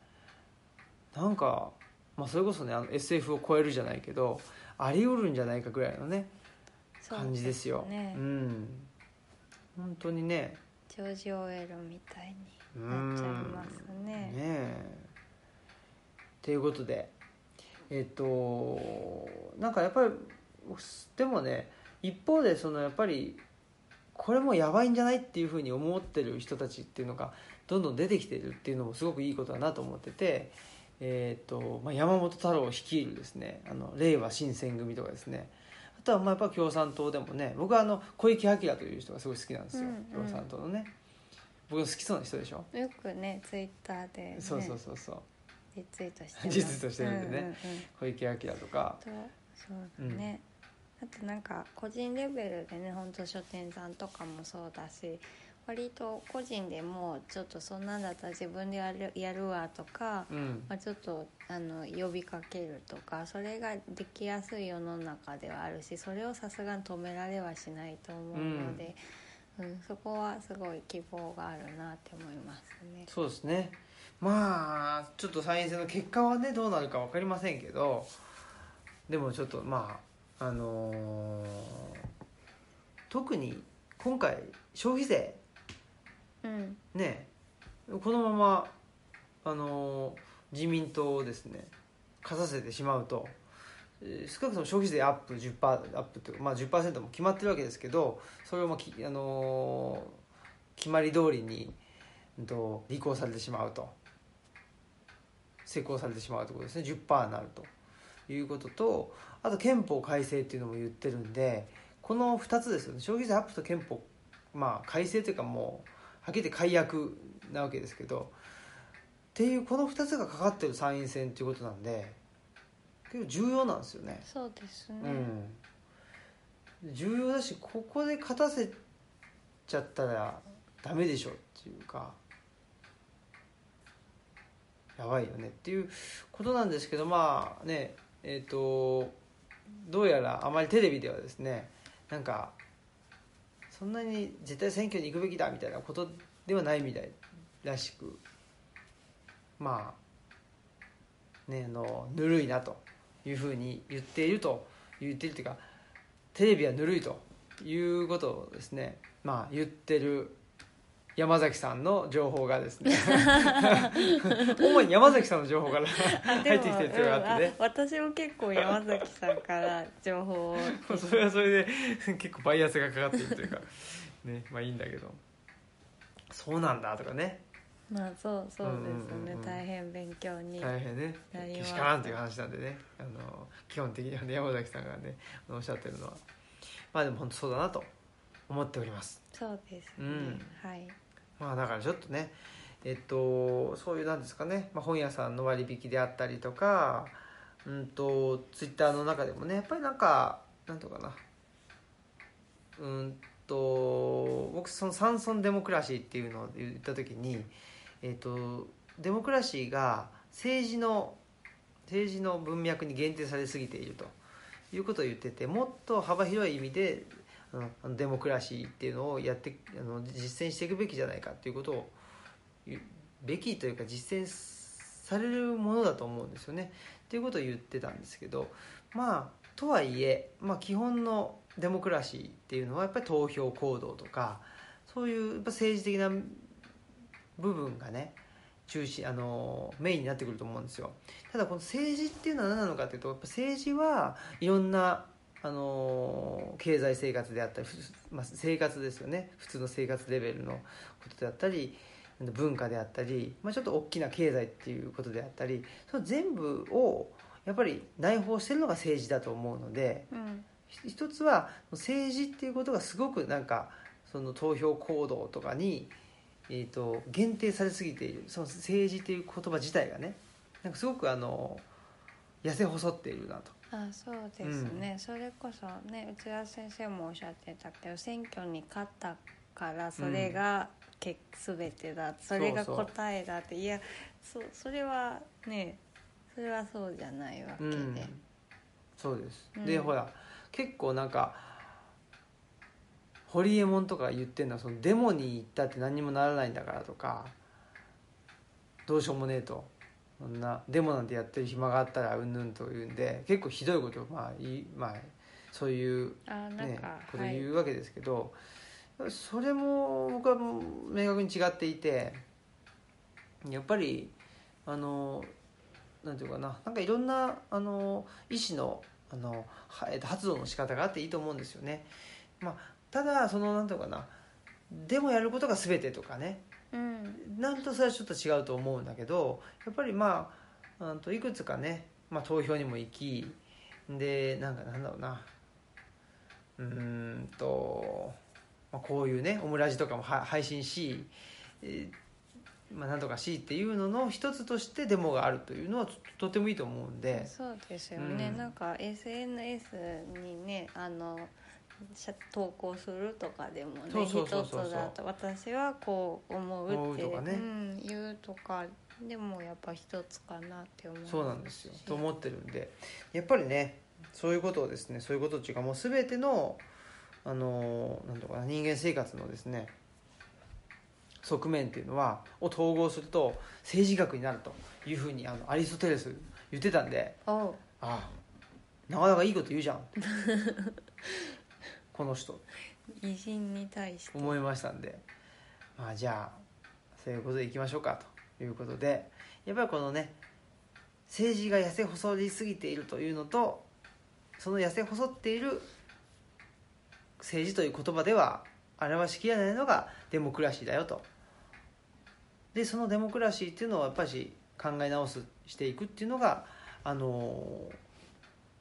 [SPEAKER 1] なんか、まあ、それこそねあの SF を超えるじゃないけどあり得るんじゃないかぐらいのね
[SPEAKER 2] そう
[SPEAKER 1] 感じですよ
[SPEAKER 2] ね
[SPEAKER 1] うん本当にね
[SPEAKER 2] ジョージ・オエルみたい
[SPEAKER 1] うん
[SPEAKER 2] になっちゃいますね
[SPEAKER 1] ねえということでえっとなんかやっぱりでもね一方でそのやっぱりこれもやばいんじゃないっていうふうに思ってる人たちっていうのがどんどん出てきてるっていうのもすごくいいことだなと思ってて、えっとまあ、山本太郎率いるですねあの令和新選組とかですねあとはまあやっぱ共産党でもね僕はあの小池晃という人がすごい好きなんですよ、
[SPEAKER 2] うんうん
[SPEAKER 1] 共産党のね僕の好きそうな人でしょ
[SPEAKER 2] よくねツイッターで、ね、
[SPEAKER 1] そうそうそうそう
[SPEAKER 2] リツイートしてます
[SPEAKER 1] リツイートしてるんでね
[SPEAKER 2] ううんうん
[SPEAKER 1] 小池晃とか
[SPEAKER 2] とそうだね、あとなんか個人レベルでねほんと書店さんとかもそうだし割と個人でもうちょっとそんなんだったら自分でやるやるわとか、
[SPEAKER 1] うん
[SPEAKER 2] まあ、ちょっとあの呼びかけるとかそれができやすい世の中ではあるしそれをさすがに止められはしないと思うので、うんそこはすごい希望があるなって思いますね。
[SPEAKER 1] そうですねまあちょっと参院選の結果はねどうなるか分かりませんけどでもちょっとまああのー特に今回消費税
[SPEAKER 2] うん、
[SPEAKER 1] ねこのままあのー自民党をですね勝たせてしまうとえー少なくとも消費税アップ10%アップというか、まあ、10%も決まってるわけですけどそれをまあき、あのー決まり通りにうんと履行されてしまうと施行されてしまうということですね10%になるということとあと憲法改正っていうのも言ってるんでこの2つですよね消費税アップと憲法、まあ、改正というかもうはっきり言って解約なわけですけどっていうこの2つがかかってる参院選っていうことなんで結構重要なんですよね。
[SPEAKER 2] そうですね、
[SPEAKER 1] うん、重要だしここで勝たせちゃったらダメでしょっていうかやばいよねっていうことなんですけどまあねえっ、とどうやらあまりテレビではですねなんかそんなに絶対選挙に行くべきだみたいなことではないみたいらしくまあねあのぬるいなというふうに言っていると言っているというかテレビはぬるいということをですねまあ言ってる山崎さんの情報がですね主に山崎さんの情報から入ってきてるっていうのがあって
[SPEAKER 2] うん
[SPEAKER 1] ね
[SPEAKER 2] あ私も結構山崎さんから
[SPEAKER 1] (laughs)
[SPEAKER 2] 情報を
[SPEAKER 1] それはそれで結構バイアスがかかっているというかねまあいいんだけどそうなんだとかね
[SPEAKER 2] まあそうそう
[SPEAKER 1] うん
[SPEAKER 2] です
[SPEAKER 1] うんう
[SPEAKER 2] ね
[SPEAKER 1] んうん
[SPEAKER 2] 大変勉強に、
[SPEAKER 1] 大変ね
[SPEAKER 2] なり
[SPEAKER 1] け
[SPEAKER 2] ます
[SPEAKER 1] しからんという話なんでねあの基本的にはね山崎さんがねおっしゃってるのはまあでも本当そうだなと思っております
[SPEAKER 2] そうですね、
[SPEAKER 1] うん
[SPEAKER 2] はい
[SPEAKER 1] まあだからちょっとねえっとそういうなんですかね、まあ、本屋さんの割引であったりとかうんとツイッターの中でもねやっぱりなんかなんとかなうんと僕その「山村デモクラシー」っていうのを言った時にえっとデモクラシーが政治の政治の文脈に限定されすぎているということを言っててもっと幅広い意味であのあのデモクラシーっていうのをやってあの実践していくべきじゃないかということを言うべきというか実践されるものだと思うんですよね。ということを言ってたんですけどまあとはいえ、まあ、基本のデモクラシーっていうのはやっぱり投票行動とかそういうやっぱ政治的な部分がね中心あのメインになってくると思うんですよ。ただこの政治っていうのは何なのかっていうとやっぱ政治はいろんなあの経済生活であったり、ふまあ、生活ですよね普通の生活レベルのことであったり文化であったり、まあ、ちょっと大きな経済っていうことであったりその全部をやっぱり内包してるのが政治だと思うので
[SPEAKER 2] うん
[SPEAKER 1] ひ一つは政治っていうことがすごくなんかその投票行動とかに、えー、と限定されすぎているその政治っていう言葉自体がねなんかすごくあの痩せ細っているなと
[SPEAKER 2] あそうですね、それこそね内田先生もおっしゃってたけど選挙に勝ったからそれが、け全てだそれが
[SPEAKER 1] そうそう
[SPEAKER 2] 答えだっていやそそれはねそれはそうじゃないわけ
[SPEAKER 1] う
[SPEAKER 2] で、
[SPEAKER 1] ん、そうです、
[SPEAKER 2] うん
[SPEAKER 1] でほら結構なんかホリエモンとか言ってるのはそのデモに行ったって何にもならないんだからとかどうしようもねえとそんなデモなんてやってる暇があったらうんぬんというんで結構ひどいことをまあ、いいまあ、そういう
[SPEAKER 2] あなん
[SPEAKER 1] ね
[SPEAKER 2] か、、
[SPEAKER 1] こと
[SPEAKER 2] はい
[SPEAKER 1] 言うわけですけど、それも僕はもう明確に違っていてやっぱりあのなんていうかななんかいろんなあの医師のあのはえっと発動の仕方があっていいと思うんですよね。まあ、ただそのなんていうかなでもやることが全てとかね
[SPEAKER 2] うん
[SPEAKER 1] なんとそれはちょっと違うと思うんだけどやっぱりまあうんといくつかね、まあ、投票にも行きでなんかなんだろうなうーんと、まあ、こういうねオムラジとかもは配信し、えーまあ、なんとかしっていうのの一つとしてデモがあるというのはととてもいいと思うんで
[SPEAKER 2] そうですよね、
[SPEAKER 1] うん
[SPEAKER 2] なんか SNS にねあのしゃ投稿するとかでもね
[SPEAKER 1] そう
[SPEAKER 2] 一
[SPEAKER 1] そう
[SPEAKER 2] つ
[SPEAKER 1] そうそう
[SPEAKER 2] だと私はこう思うって
[SPEAKER 1] 思うとかね
[SPEAKER 2] うん、言うとかでもやっぱ一つかなって思う
[SPEAKER 1] そうなんですよと思ってるんでやっぱりねそういうことをですねそういうことっていうかもう全てのあのなんとかな人間生活のですね側面っていうのはを統合すると政治学になるというふうにあのアリストテレス言ってたんで
[SPEAKER 2] おう
[SPEAKER 1] ああなかなかいいこと言うじゃんこの人
[SPEAKER 2] 偉人に対して
[SPEAKER 1] 思いましたんで、まあ、じゃあそういうことでいきましょうかということでやっぱりこのね政治が痩せ細りすぎているというのとその痩せ細っている政治という言葉では表しきれないのがデモクラシーだよとでそのデモクラシーっていうのをやっぱり考え直すしていくっていうのがあの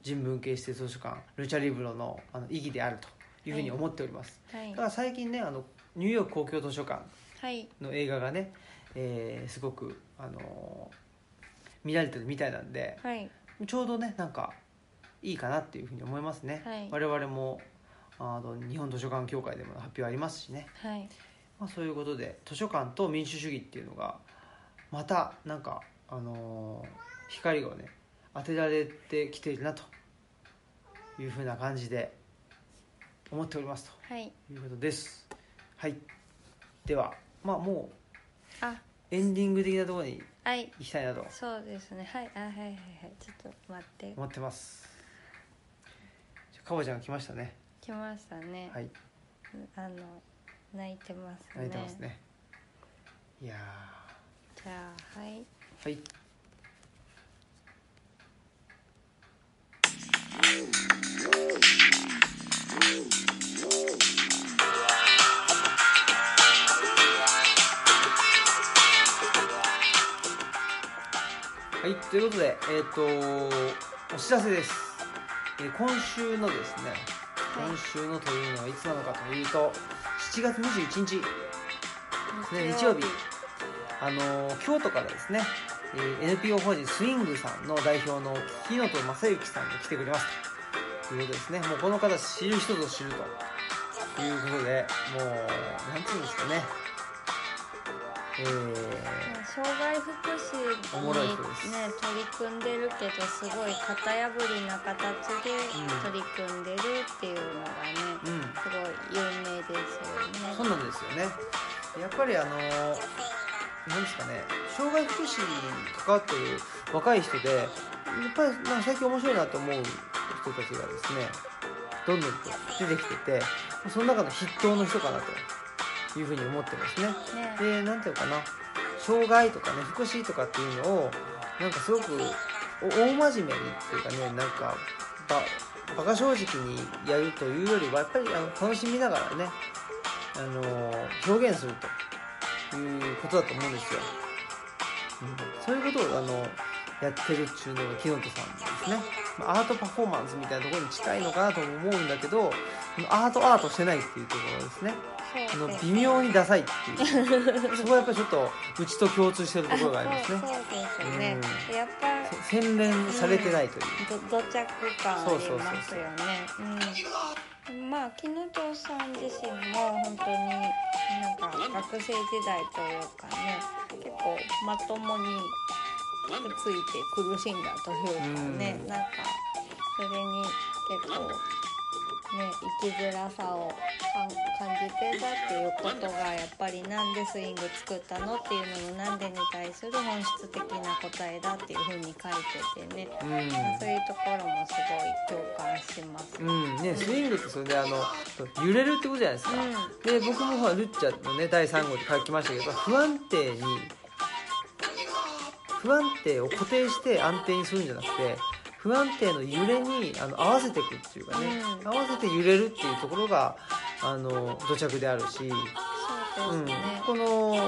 [SPEAKER 1] 人文系指定図書館ルチャリブロのあの意義であるというふうに思っております、
[SPEAKER 2] はい
[SPEAKER 1] だから最近ねあのニューヨーク公共図書館
[SPEAKER 2] はい
[SPEAKER 1] の映画がね、えーすごく、あのー見られてるみたいなんで
[SPEAKER 2] はい
[SPEAKER 1] ちょうどねなんかいいかなっていうふうに思いますね、
[SPEAKER 2] はい
[SPEAKER 1] 我々もあの日本図書館協会でも発表ありますしね、
[SPEAKER 2] はい
[SPEAKER 1] まあ、そういうことで図書館と民主主義っていうのがまたなんか、あのー光をね当てられてきているなというふうな感じで思っておりますと。
[SPEAKER 2] はい
[SPEAKER 1] ということですはいではまあも
[SPEAKER 2] あ
[SPEAKER 1] うエンディング的なところに
[SPEAKER 2] はい
[SPEAKER 1] 行きたいなと
[SPEAKER 2] そうですねはいあはいはいはいちょっと待って
[SPEAKER 1] 思ってますじゃあかぼちゃんが来ましたね
[SPEAKER 2] 来ましたね、
[SPEAKER 1] はい
[SPEAKER 2] あの泣いてますね
[SPEAKER 1] 泣いてますねいや
[SPEAKER 2] じゃあはい
[SPEAKER 1] ーはいはい、ということで、えっ、と、お知らせです。えー今週のですね、
[SPEAKER 2] はい
[SPEAKER 1] 今週のというのはいつなのかというと、7月21日、ね日曜日あのー京都からですね、えー NPO 法人スイングさんの代表の日野と正幸さんが来てくれますということですねもうこの方知る人ぞ知るということでもうなんていうんですかねえー
[SPEAKER 2] まあ障害福祉
[SPEAKER 1] お
[SPEAKER 2] に
[SPEAKER 1] もろい人です
[SPEAKER 2] ね取り組んでるけどすごい型破りな形で
[SPEAKER 1] うん
[SPEAKER 2] 取り組んでるっていうのがね、
[SPEAKER 1] うん
[SPEAKER 2] すごい有名ですよ
[SPEAKER 1] そう
[SPEAKER 2] ね。
[SPEAKER 1] なんですよねやっぱりあのーなんですかね障害福祉に関わっている若い人でやっぱりなんか最近面白いなと思う人たちがですねどんどんと出てきててその中の筆頭の人かなというふうに思ってますね
[SPEAKER 2] ね
[SPEAKER 1] で何ていうのかな障害とかね福祉とかっていうのをなんかすごくお大真面目にっていうかねなんかばバカ正直にやるというよりはやっぱりあの楽しみながらねあの表現するということだと思うんですよ、うん、そういうことをあのやってるっちゅうのが木本さんですねまあアートパフォーマンスみたいなところに近いのかなとも思うんだけどアートアートしてないっていうところですねあ
[SPEAKER 2] そう
[SPEAKER 1] の
[SPEAKER 2] です
[SPEAKER 1] 微妙にダサいっていうそこはやっぱりちょっとうちと共通してるところがありますね
[SPEAKER 2] そうそうですね、やっぱ
[SPEAKER 1] せ洗練されてないという、
[SPEAKER 2] ど土着感ありますよねうんまあ絹藤さん自身も本当になんか学生時代というかね結構まともについて苦しんだというかね、
[SPEAKER 1] うん
[SPEAKER 2] なんかそれに結構ね生きづらさを感感じてたっていうことがやっぱりなんでスイング作ったのっていうののなんでに対する本質的な答えだっていうふうに書いててね、そういうところもすごい共感します。
[SPEAKER 1] うんうんね、スイングってそれであの揺れるってことじゃないですか、で僕もほらルッチャのね第3号って書きましたけど不安定に不安定を固定して安定にするんじゃなくて不安定の揺れにあの合わせていくっていうかね、
[SPEAKER 2] うん
[SPEAKER 1] 合わせて揺れるっていうところがあの土着であるし、
[SPEAKER 2] そ
[SPEAKER 1] う
[SPEAKER 2] うです
[SPEAKER 1] ん
[SPEAKER 2] ね。、
[SPEAKER 1] この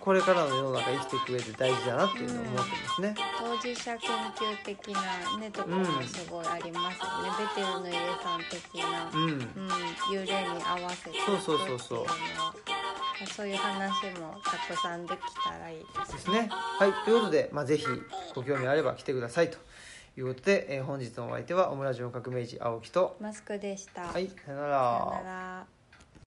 [SPEAKER 1] これからの世の中生きていく上で大事だなっていうのを思ってますね。
[SPEAKER 2] 当事者研究的なねところもすごいありますよね。ベテルの家さん的な、
[SPEAKER 1] うん、
[SPEAKER 2] うん、幽霊に合わせていくっていう
[SPEAKER 1] そ
[SPEAKER 2] の
[SPEAKER 1] うそ
[SPEAKER 2] は
[SPEAKER 1] うそうそう
[SPEAKER 2] そういう話もたくさんできたらいいです
[SPEAKER 1] ですね。はい、ということで、まあ、ぜひご興味あれば来てくださいということで、えー本日のお相手はオムラジオ革命児青木と
[SPEAKER 2] マスクでした。
[SPEAKER 1] はい、さよな
[SPEAKER 2] さよ
[SPEAKER 1] ら
[SPEAKER 2] な。ら。